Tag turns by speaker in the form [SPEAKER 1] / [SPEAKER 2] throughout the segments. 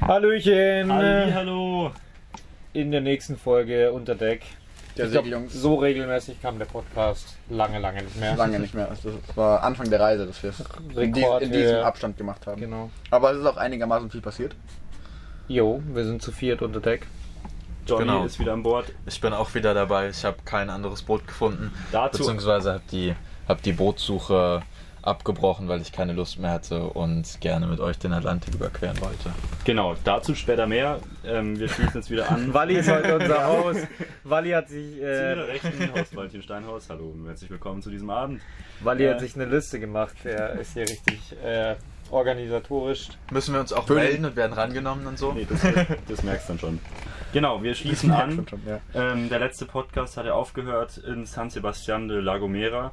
[SPEAKER 1] Hallöchen!
[SPEAKER 2] Halli, hallo.
[SPEAKER 1] In der nächsten Folge unter Deck.
[SPEAKER 3] Der
[SPEAKER 1] Ich glaub,
[SPEAKER 3] Segeljungs.
[SPEAKER 1] so regelmäßig kam der Podcast lange, lange nicht mehr.
[SPEAKER 3] Lange nicht mehr. Also, Das war Anfang der Reise, dass wir es in, die,
[SPEAKER 1] Rekord,
[SPEAKER 3] in diesem
[SPEAKER 1] ja.
[SPEAKER 3] Abstand gemacht haben.
[SPEAKER 1] Genau.
[SPEAKER 3] Aber es ist auch einigermaßen viel passiert.
[SPEAKER 1] Jo, wir sind zu viert unter Deck.
[SPEAKER 2] Johnny
[SPEAKER 4] Genau.
[SPEAKER 2] ist wieder an Bord.
[SPEAKER 4] Ich bin auch wieder dabei. Ich habe kein anderes Boot gefunden.
[SPEAKER 2] Dazu-
[SPEAKER 4] Beziehungsweise habe die, hab die Bootssuche abgebrochen, weil ich keine Lust mehr hatte und gerne mit euch den Atlantik überqueren wollte.
[SPEAKER 2] Genau, dazu später mehr. Ähm, wir schließen jetzt wieder an.
[SPEAKER 1] Walli ist heute unser Haus. Walli hat sich,
[SPEAKER 2] Zu Ihrer
[SPEAKER 1] äh,
[SPEAKER 2] Rechten, Horst Waldchen Steinhaus. Hallo und herzlich willkommen zu diesem Abend.
[SPEAKER 1] Walli
[SPEAKER 2] Äh.
[SPEAKER 1] hat sich eine Liste gemacht. Er ist hier richtig äh, organisatorisch.
[SPEAKER 4] Müssen wir uns auch
[SPEAKER 3] Vögel-
[SPEAKER 4] melden und werden rangenommen und so?
[SPEAKER 2] Nee, das, äh, das merkst du dann schon. Genau, wir schließen an.
[SPEAKER 3] Schon, ja.
[SPEAKER 2] Ähm, der letzte Podcast hat ja aufgehört in San Sebastian de La Gomera.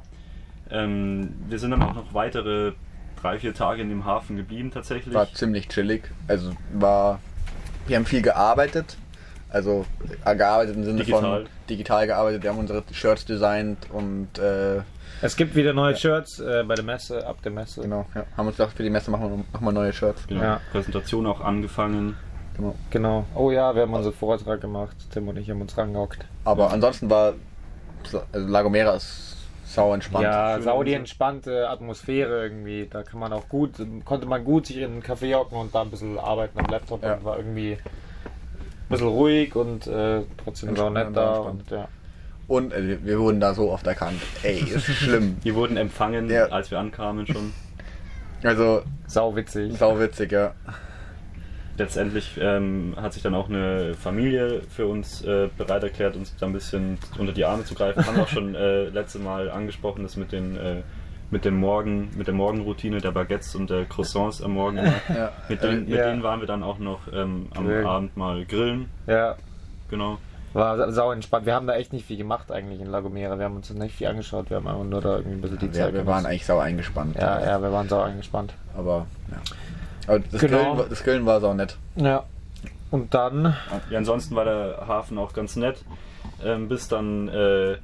[SPEAKER 2] Ähm, wir sind dann auch noch weitere drei, vier Tage in dem Hafen geblieben tatsächlich.
[SPEAKER 3] War ziemlich chillig. Also war. Wir haben viel gearbeitet. Also äh, gearbeitet im Sinne
[SPEAKER 2] Digital.
[SPEAKER 3] von digital gearbeitet. Wir haben unsere Shirts designt und äh,
[SPEAKER 1] Es gibt wieder neue Shirts äh, bei der Messe, ab der Messe.
[SPEAKER 3] genau, ja, haben uns gedacht, für die Messe machen wir nochmal neue Shirts.
[SPEAKER 2] Genau,
[SPEAKER 1] Ja.
[SPEAKER 2] Präsentation auch angefangen.
[SPEAKER 3] Genau.
[SPEAKER 1] Genau. Oh ja, wir haben unseren Vortrag gemacht. Tim und ich haben uns rangehockt.
[SPEAKER 3] Aber ansonsten war also Lagomera ist sau entspannt. ne?
[SPEAKER 1] Ja,
[SPEAKER 2] Schöne
[SPEAKER 1] sau die
[SPEAKER 2] Insel.
[SPEAKER 1] entspannte Atmosphäre irgendwie. Da kann man auch gut, konnte man gut sich in einen Café hocken und da ein bisschen arbeiten am Laptop
[SPEAKER 3] Ja.
[SPEAKER 1] und war irgendwie ein bisschen ruhig und äh, trotzdem sau nett
[SPEAKER 3] Entspannt,
[SPEAKER 1] da.
[SPEAKER 3] entspannt.
[SPEAKER 1] Und, ja.
[SPEAKER 3] Und äh, wir- wir wurden da so oft erkannt. Ey, ist schlimm.
[SPEAKER 2] Wir wurden empfangen,
[SPEAKER 3] Ja.
[SPEAKER 2] als wir ankamen schon.
[SPEAKER 3] Also
[SPEAKER 1] Sau witzig.
[SPEAKER 3] sau witzig, ja.
[SPEAKER 2] Letztendlich ähm, hat sich dann auch eine Familie für uns äh, bereit erklärt, uns da ein bisschen unter die Arme zu greifen. Haben auch schon äh, letzte Mal angesprochen, das mit den äh, mit dem Morgen, mit der Morgenroutine der Baguettes und der Croissants am Morgen. Immer.
[SPEAKER 3] ja.
[SPEAKER 2] Mit, denen, mit
[SPEAKER 1] Ja.
[SPEAKER 2] denen waren wir dann auch noch ähm, am
[SPEAKER 1] Grillen.
[SPEAKER 2] Abend mal grillen,
[SPEAKER 1] Ja,
[SPEAKER 2] genau.
[SPEAKER 1] war sau entspannt. Wir haben da echt nicht viel gemacht eigentlich in Lagomera. Wir haben uns nicht viel angeschaut. Wir haben einfach nur da irgendwie ein bisschen die
[SPEAKER 3] Ja,
[SPEAKER 1] Zeit
[SPEAKER 3] wir waren
[SPEAKER 1] genutzt.
[SPEAKER 3] eigentlich sau eingespannt.
[SPEAKER 1] Ja, ja, wir waren sau angespannt.
[SPEAKER 3] Aber, ja. Aber das,
[SPEAKER 1] Genau.
[SPEAKER 3] Grillen, war- das Grillen war sau nett.
[SPEAKER 1] Ja. Und dann
[SPEAKER 2] Ja, ansonsten war der Hafen auch ganz nett, ähm, bis dann äh,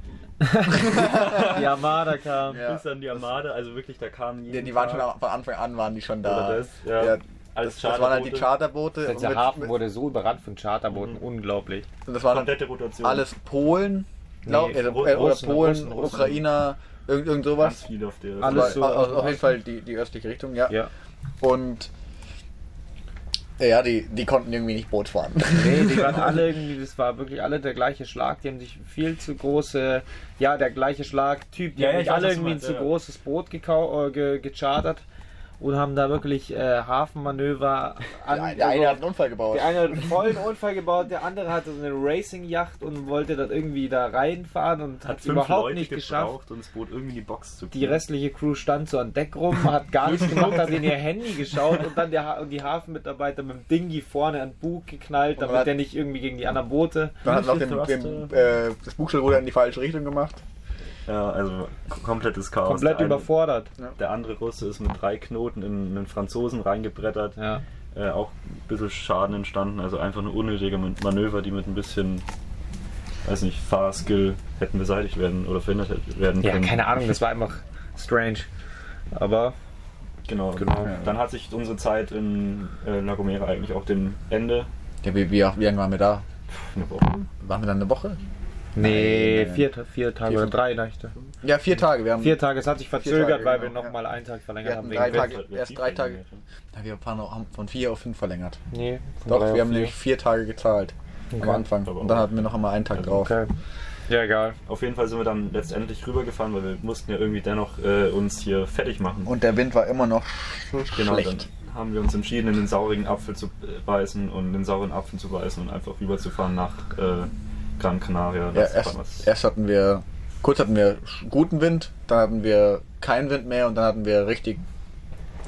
[SPEAKER 1] die Armada kam.
[SPEAKER 3] Ja.
[SPEAKER 2] bis dann die Armada, also wirklich, da kamen
[SPEAKER 3] Die,
[SPEAKER 2] jeden
[SPEAKER 3] die waren
[SPEAKER 2] Tag-
[SPEAKER 3] schon am- von Anfang an waren die schon da.
[SPEAKER 2] Oder das, ja.
[SPEAKER 3] das,
[SPEAKER 2] Alles
[SPEAKER 3] das waren halt die
[SPEAKER 2] Charterboote.
[SPEAKER 3] Charterboote.
[SPEAKER 1] Der
[SPEAKER 3] mit-
[SPEAKER 1] Hafen
[SPEAKER 3] mit-
[SPEAKER 1] wurde so überrannt von Charterbooten, unglaublich.
[SPEAKER 3] und das waren
[SPEAKER 2] komplette Rotation.
[SPEAKER 3] alles Polen,
[SPEAKER 1] Nee,
[SPEAKER 3] glaub, also,
[SPEAKER 2] Ru-
[SPEAKER 3] äh, oder
[SPEAKER 1] Russen,
[SPEAKER 3] Polen,
[SPEAKER 1] Russen, Russen.
[SPEAKER 3] Ukrainer, irgend, irgend
[SPEAKER 2] ganz
[SPEAKER 3] sowas.
[SPEAKER 2] viel auf der
[SPEAKER 1] Alles
[SPEAKER 3] Aber
[SPEAKER 1] so
[SPEAKER 3] au-
[SPEAKER 1] aus
[SPEAKER 3] au-
[SPEAKER 1] dem
[SPEAKER 3] auf jeden
[SPEAKER 1] Osten.
[SPEAKER 3] Fall die, die östliche Richtung, ja.
[SPEAKER 1] Ja.
[SPEAKER 3] Und ja, die, die konnten irgendwie nicht Boot fahren.
[SPEAKER 1] Nee, die waren alle irgendwie, das war wirklich alle der gleiche Schlag. Die haben sich viel zu große, ja, der gleiche Schlag-Typ. Die
[SPEAKER 2] Ja,
[SPEAKER 1] haben
[SPEAKER 2] ja,
[SPEAKER 1] sich
[SPEAKER 2] ich weiß,
[SPEAKER 1] alle
[SPEAKER 2] was du
[SPEAKER 1] irgendwie ein
[SPEAKER 2] meinst,
[SPEAKER 1] zu
[SPEAKER 2] ja, ja.
[SPEAKER 1] großes Boot gekau äh, ge gechartert und haben da wirklich äh, Hafenmanöver an.
[SPEAKER 3] Der, ein- der eine hat einen Unfall
[SPEAKER 1] also
[SPEAKER 3] gebaut.
[SPEAKER 1] der eine hat einen vollen Unfall gebaut, der andere hatte so eine Racing-Yacht und wollte dann irgendwie da reinfahren und hat es
[SPEAKER 2] fünf
[SPEAKER 1] überhaupt
[SPEAKER 2] Leute
[SPEAKER 1] nicht geschafft.
[SPEAKER 2] gebraucht, um das Boot irgendwie in die Box zu kriegen.
[SPEAKER 1] Die restliche Crew stand so an Deck rum, hat gar nichts gemacht, hat in ihr Handy geschaut und dann der ha und die Hafenmitarbeiter mit dem Dingi vorne an den Bug geknallt,
[SPEAKER 3] Und man
[SPEAKER 1] damit
[SPEAKER 3] hat-
[SPEAKER 1] der nicht irgendwie gegen die anderen Boote.
[SPEAKER 3] Dann hat noch den,
[SPEAKER 2] Thrust,
[SPEAKER 3] den, äh, das Buchselruder in die falsche Richtung gemacht.
[SPEAKER 2] Ja, also k- komplettes Chaos.
[SPEAKER 1] Komplett
[SPEAKER 2] der eine-
[SPEAKER 1] überfordert.
[SPEAKER 2] Der andere Russe ist mit drei Knoten in einen Franzosen reingebrettert.
[SPEAKER 1] Ja.
[SPEAKER 2] Äh, auch ein bisschen Schaden entstanden. Also einfach eine unnötige Man- Manöver, die mit ein bisschen, weiß nicht, Fahrskill hätten beseitigt werden oder verhindert hätte- werden
[SPEAKER 1] ja,
[SPEAKER 2] können.
[SPEAKER 1] keine Ahnung, das war einfach strange. Aber
[SPEAKER 2] Genau.
[SPEAKER 1] Genau.
[SPEAKER 2] Dann hat sich unsere Zeit in äh, La Gomera eigentlich auch dem Ende.
[SPEAKER 3] Ja, wie, wie, wie lange waren wir da?
[SPEAKER 2] Eine Woche.
[SPEAKER 3] Waren wir dann eine Woche?
[SPEAKER 1] nee,
[SPEAKER 3] Nein.
[SPEAKER 1] vier, Ta- vier Tage
[SPEAKER 3] Vier-
[SPEAKER 1] oder drei Nächte.
[SPEAKER 3] Ja, vier Tage. Wir haben,
[SPEAKER 1] Vier Tage, es hat sich verzögert,
[SPEAKER 3] Tage,
[SPEAKER 1] weil wir
[SPEAKER 3] genau, ja.
[SPEAKER 1] nochmal einen Tag verlängert
[SPEAKER 3] Wir
[SPEAKER 1] haben.
[SPEAKER 3] hatten drei
[SPEAKER 1] Wind.
[SPEAKER 3] Tage. erst drei Tage. Ja, wir fahren auch, haben von vier auf fünf verlängert.
[SPEAKER 1] Nee, von
[SPEAKER 3] Doch,
[SPEAKER 1] drei auf
[SPEAKER 3] wir haben
[SPEAKER 1] vier.
[SPEAKER 3] nämlich vier Tage gezahlt
[SPEAKER 1] Okay.
[SPEAKER 3] am Anfang.
[SPEAKER 2] Aber
[SPEAKER 3] Und dann
[SPEAKER 2] auch-
[SPEAKER 3] hatten wir noch einmal einen Tag drauf.
[SPEAKER 1] also Okay. Ja, egal.
[SPEAKER 2] Auf jeden Fall sind wir dann letztendlich rübergefahren, weil wir mussten ja irgendwie dennoch äh, uns hier fertig machen.
[SPEAKER 3] Und der Wind war immer noch sch
[SPEAKER 2] genau,
[SPEAKER 3] schlecht.
[SPEAKER 2] dann haben wir uns entschieden, in den saurigen Apfel zu beißen und den sauren Apfel zu beißen und einfach rüberzufahren nach äh, Gran Canaria.
[SPEAKER 3] Ja,
[SPEAKER 2] Las Palmas.
[SPEAKER 3] erst, erst hatten wir, kurz hatten wir sch- guten Wind, dann hatten wir keinen Wind mehr und dann hatten wir richtig,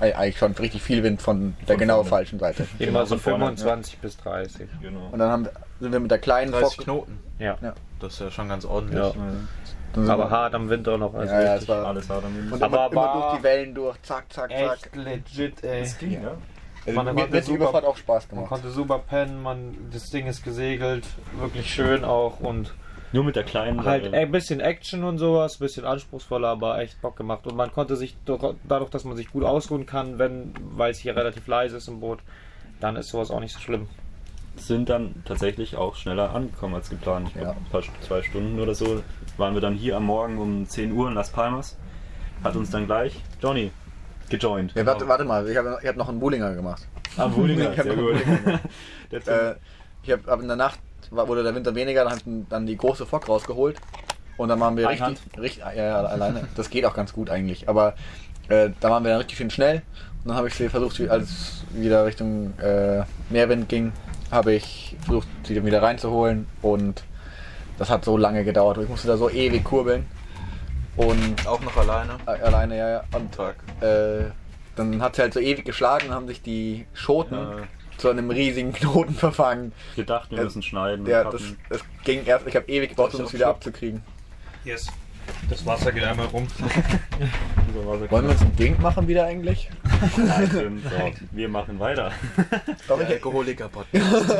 [SPEAKER 3] äh, eigentlich schon richtig viel Wind von der
[SPEAKER 2] Von
[SPEAKER 3] genau
[SPEAKER 2] vorne.
[SPEAKER 3] falschen Seite.
[SPEAKER 1] Immer so
[SPEAKER 2] von vorne,
[SPEAKER 1] 25 bis 30.
[SPEAKER 2] genau.
[SPEAKER 3] Und dann haben, sind wir mit der kleinen
[SPEAKER 4] 30
[SPEAKER 3] Fock-
[SPEAKER 4] Knoten.
[SPEAKER 1] Ja.
[SPEAKER 3] Ja.
[SPEAKER 4] Das ist ja schon ganz ordentlich.
[SPEAKER 1] Ja.
[SPEAKER 3] dann sind
[SPEAKER 1] Aber
[SPEAKER 3] wir-
[SPEAKER 1] hart am Winter noch. also
[SPEAKER 3] Ja, ja,
[SPEAKER 1] richtig.
[SPEAKER 3] es war.
[SPEAKER 2] Alles war dann
[SPEAKER 3] Und
[SPEAKER 1] Aber
[SPEAKER 3] immer, immer
[SPEAKER 1] war-
[SPEAKER 3] durch die Wellen durch, zack, zack, zack.
[SPEAKER 1] Echt legit, ey.
[SPEAKER 2] Es ging, ja.
[SPEAKER 3] Also,
[SPEAKER 1] Man
[SPEAKER 3] mir
[SPEAKER 1] konnte
[SPEAKER 3] mir hat die
[SPEAKER 1] super-
[SPEAKER 3] Überfahrt auch Spaß
[SPEAKER 1] Man
[SPEAKER 3] gemacht.
[SPEAKER 1] konnte super pennen, man, das Ding ist gesegelt, wirklich schön auch und
[SPEAKER 2] Nur mit der kleinen.
[SPEAKER 1] halt
[SPEAKER 2] äh,
[SPEAKER 1] ein bisschen Action und sowas, ein bisschen anspruchsvoller, aber echt Bock gemacht. Und man konnte sich doch- dadurch, dass man sich gut ausruhen kann, wenn, weil es hier relativ leise ist im Boot,
[SPEAKER 5] dann ist sowas auch nicht so schlimm.
[SPEAKER 2] sind dann tatsächlich auch schneller angekommen als geplant. Ich glaub,
[SPEAKER 3] Ja.
[SPEAKER 2] ein paar, zwei Stunden oder so waren wir dann hier am Morgen um 10 Uhr in Las Palmas. Hat uns dann gleich Johnny gejoint.
[SPEAKER 3] Ja, warte, warte mal, ich habe ich hab noch einen Bulinger gemacht.
[SPEAKER 2] Ah, Wulinger,
[SPEAKER 3] Ich hab
[SPEAKER 2] sehr
[SPEAKER 3] noch
[SPEAKER 2] gut.
[SPEAKER 3] Wulinger
[SPEAKER 2] Der Tim.
[SPEAKER 3] Äh, ich habe hab in der Nacht, war- wurde der Winter weniger, dann haben dann die große Fock rausgeholt. Und dann waren wir
[SPEAKER 2] Einhand.
[SPEAKER 3] richtig, richtig ja, ja, alleine. Das geht auch ganz gut eigentlich. Aber äh, da waren wir dann richtig schön schnell. Und dann habe ich sie versucht, wie- als wieder Richtung äh, Meerwind ging, habe ich versucht, sie dann wieder reinzuholen. Und das hat so lange gedauert. Ich musste da so ewig kurbeln. Und
[SPEAKER 4] Auch noch alleine.
[SPEAKER 3] äh, alleine, ja, ja. Und
[SPEAKER 4] Tag.
[SPEAKER 3] äh, dann hat sie halt so ewig geschlagen, haben sich die Schoten
[SPEAKER 2] Ja.
[SPEAKER 3] zu einem riesigen Knoten verfangen.
[SPEAKER 2] wir dachten, wir
[SPEAKER 3] äh,
[SPEAKER 2] müssen schneiden. und
[SPEAKER 3] Ja, das,
[SPEAKER 2] cutten.
[SPEAKER 3] das ging erst, ich habe ewig gebraucht, um es wieder abzukriegen.
[SPEAKER 5] Yes. Das Wasser geht einmal rum.
[SPEAKER 2] So war so
[SPEAKER 3] Wollen wir uns ein Ding machen wieder eigentlich?
[SPEAKER 2] Tim, so, wir machen weiter.
[SPEAKER 3] Doch,
[SPEAKER 4] Der
[SPEAKER 3] ich,
[SPEAKER 4] Alkoholiker-Podcast.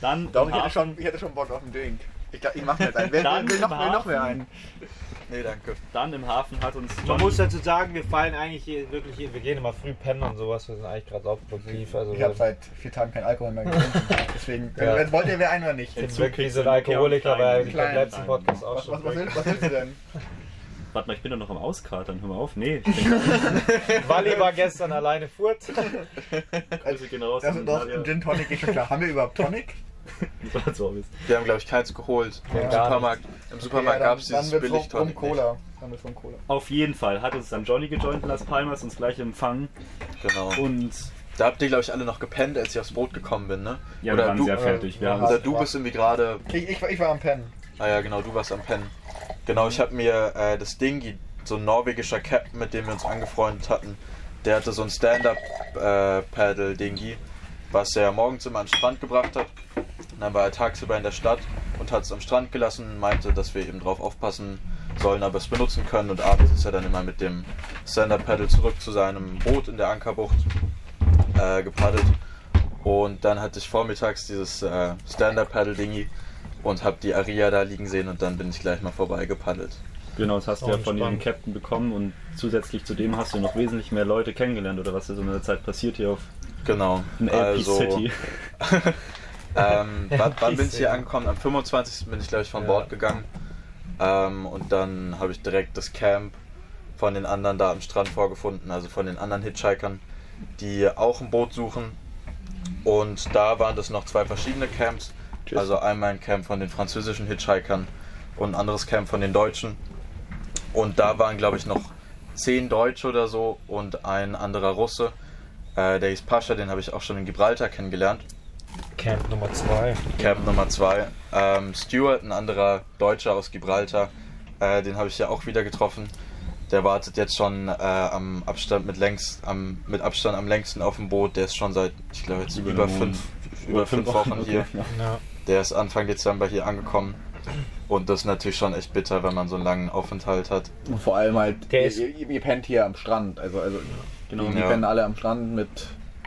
[SPEAKER 2] Dann im
[SPEAKER 3] doch ich, hätte
[SPEAKER 2] Hafen-
[SPEAKER 3] schon, ich hätte schon Bock auf ein Ding. Ich, glaub, ich mache jetzt einen. Wer
[SPEAKER 2] Dann
[SPEAKER 3] will, will, noch,
[SPEAKER 2] im
[SPEAKER 3] will noch mehr
[SPEAKER 2] Hafen.
[SPEAKER 3] einen?
[SPEAKER 4] nee, danke.
[SPEAKER 2] dann im Hafen hat uns
[SPEAKER 5] Man
[SPEAKER 2] Johnny
[SPEAKER 5] muss dazu sagen, wir fallen eigentlich hier wirklich, hier, wir gehen immer früh pennen und sowas, wir sind eigentlich gerade produktiv. Also
[SPEAKER 3] Ich habe seit vier Tagen keinen Alkohol mehr getrunken. Deswegen,
[SPEAKER 5] Ja.
[SPEAKER 3] äh, wollt ihr wer einen oder nicht?
[SPEAKER 5] ich bin
[SPEAKER 2] Jetzt
[SPEAKER 5] wirklich
[SPEAKER 2] kriegst
[SPEAKER 5] so ein
[SPEAKER 2] du einen
[SPEAKER 5] Alkoholiker,
[SPEAKER 2] kleinen-
[SPEAKER 5] weil ich beim
[SPEAKER 3] kleinen-
[SPEAKER 5] letzten Podcast auch
[SPEAKER 3] Was,
[SPEAKER 5] schon.
[SPEAKER 3] was, was, willst, was willst du denn?
[SPEAKER 2] Warte mal, ich bin doch noch am Auskatern, hör mal auf. Nee,
[SPEAKER 5] Wally war gestern alleine furt.
[SPEAKER 2] Grüße gehen Also raus.
[SPEAKER 3] Das
[SPEAKER 2] an
[SPEAKER 3] ist doch
[SPEAKER 2] Nadja.
[SPEAKER 3] ein Gin Tonic, geht schon klar. Haben wir überhaupt Tonic?
[SPEAKER 2] Das war so, wie es-
[SPEAKER 4] Wir haben, glaube ich, keins geholt.
[SPEAKER 5] Ja,
[SPEAKER 4] Im
[SPEAKER 5] gar
[SPEAKER 4] Supermarkt, im Supermarkt
[SPEAKER 3] Ja, dann-
[SPEAKER 4] gab es
[SPEAKER 3] dann
[SPEAKER 4] dieses
[SPEAKER 3] wird's
[SPEAKER 4] billig
[SPEAKER 3] rum Cola. Dann wird's rum Cola.
[SPEAKER 2] Auf jeden Fall hat uns dann Johnny gejoint in Las Palmas, uns gleich empfangen
[SPEAKER 4] Genau.
[SPEAKER 2] und
[SPEAKER 4] Da habt ihr, glaube ich, alle noch gepennt, als ich aufs Boot gekommen bin, ne?
[SPEAKER 2] ja, wir
[SPEAKER 4] oder
[SPEAKER 2] waren
[SPEAKER 4] du,
[SPEAKER 2] sehr fertig. Wir
[SPEAKER 3] ja.
[SPEAKER 2] haben
[SPEAKER 4] oder du bist irgendwie gerade.
[SPEAKER 3] Ich, ich, war- ich war am Pennen.
[SPEAKER 4] Ah ja, genau, du warst am Pennen. Genau, ich habe mir äh, das Dingi, so ein norwegischer Captain, mit dem wir uns angefreundet hatten, der hatte so ein Stand-Up-Paddle-Dingi, was er morgens immer an den Strand gebracht hat. Und dann war er tagsüber in der Stadt und hat es am Strand gelassen, meinte, dass wir eben drauf aufpassen sollen, aber es benutzen können. Und abends ist er dann immer mit dem Stand-Up-Paddle zurück zu seinem Boot in der Ankerbucht äh, gepaddelt. Und dann hatte ich vormittags dieses äh, Stand-Up-Paddle-Dingi und habe die Aria da liegen sehen und dann bin ich gleich mal vorbei gepaddelt.
[SPEAKER 2] genau, das hast du ja
[SPEAKER 5] Oh,
[SPEAKER 2] von
[SPEAKER 5] spannend.
[SPEAKER 2] ihrem Captain bekommen und zusätzlich zu dem hast du noch wesentlich mehr Leute kennengelernt oder was ist in der Zeit passiert hier auf
[SPEAKER 4] Genau.
[SPEAKER 2] in LP City.
[SPEAKER 4] Ähm, wann, wann bin ich
[SPEAKER 5] Ja.
[SPEAKER 4] hier angekommen? Am 25. bin ich, glaube ich, von
[SPEAKER 5] Ja.
[SPEAKER 4] Bord gegangen. Ähm, und dann habe ich direkt das Camp von den anderen da am Strand vorgefunden, also von den anderen Hitchhikern, die auch ein Boot suchen. Und da waren das noch zwei verschiedene Camps.
[SPEAKER 2] Tschüss.
[SPEAKER 4] Also einmal ein Camp von den französischen Hitchhikern und ein anderes Camp von den Deutschen. Und da waren, glaube ich, noch zehn Deutsche oder so und ein anderer Russe. Äh, der hieß Pascha, den habe ich auch schon in Gibraltar kennengelernt.
[SPEAKER 5] Camp Nummer 2.
[SPEAKER 4] Camp Nummer 2. Ähm, Stuart, ein anderer Deutscher aus Gibraltar, äh, den habe ich ja auch wieder getroffen. Der wartet jetzt schon äh, am Abstand mit längst, am, mit Abstand am längsten auf dem Boot. Der ist schon seit, ich glaube, jetzt
[SPEAKER 2] Über
[SPEAKER 4] über,
[SPEAKER 2] einen
[SPEAKER 4] fünf, über fünf Wochen hier.
[SPEAKER 2] Okay.
[SPEAKER 5] Ja.
[SPEAKER 4] Der ist Anfang Dezember hier angekommen. Und das ist natürlich schon echt bitter, wenn man so einen langen Aufenthalt hat.
[SPEAKER 3] Und vor allem halt,
[SPEAKER 5] Der
[SPEAKER 3] ihr,
[SPEAKER 5] ist-
[SPEAKER 3] ihr, ihr pennt hier am Strand. Also, also
[SPEAKER 2] Genau.
[SPEAKER 3] die, die
[SPEAKER 4] Ja.
[SPEAKER 3] pennen alle am Strand mit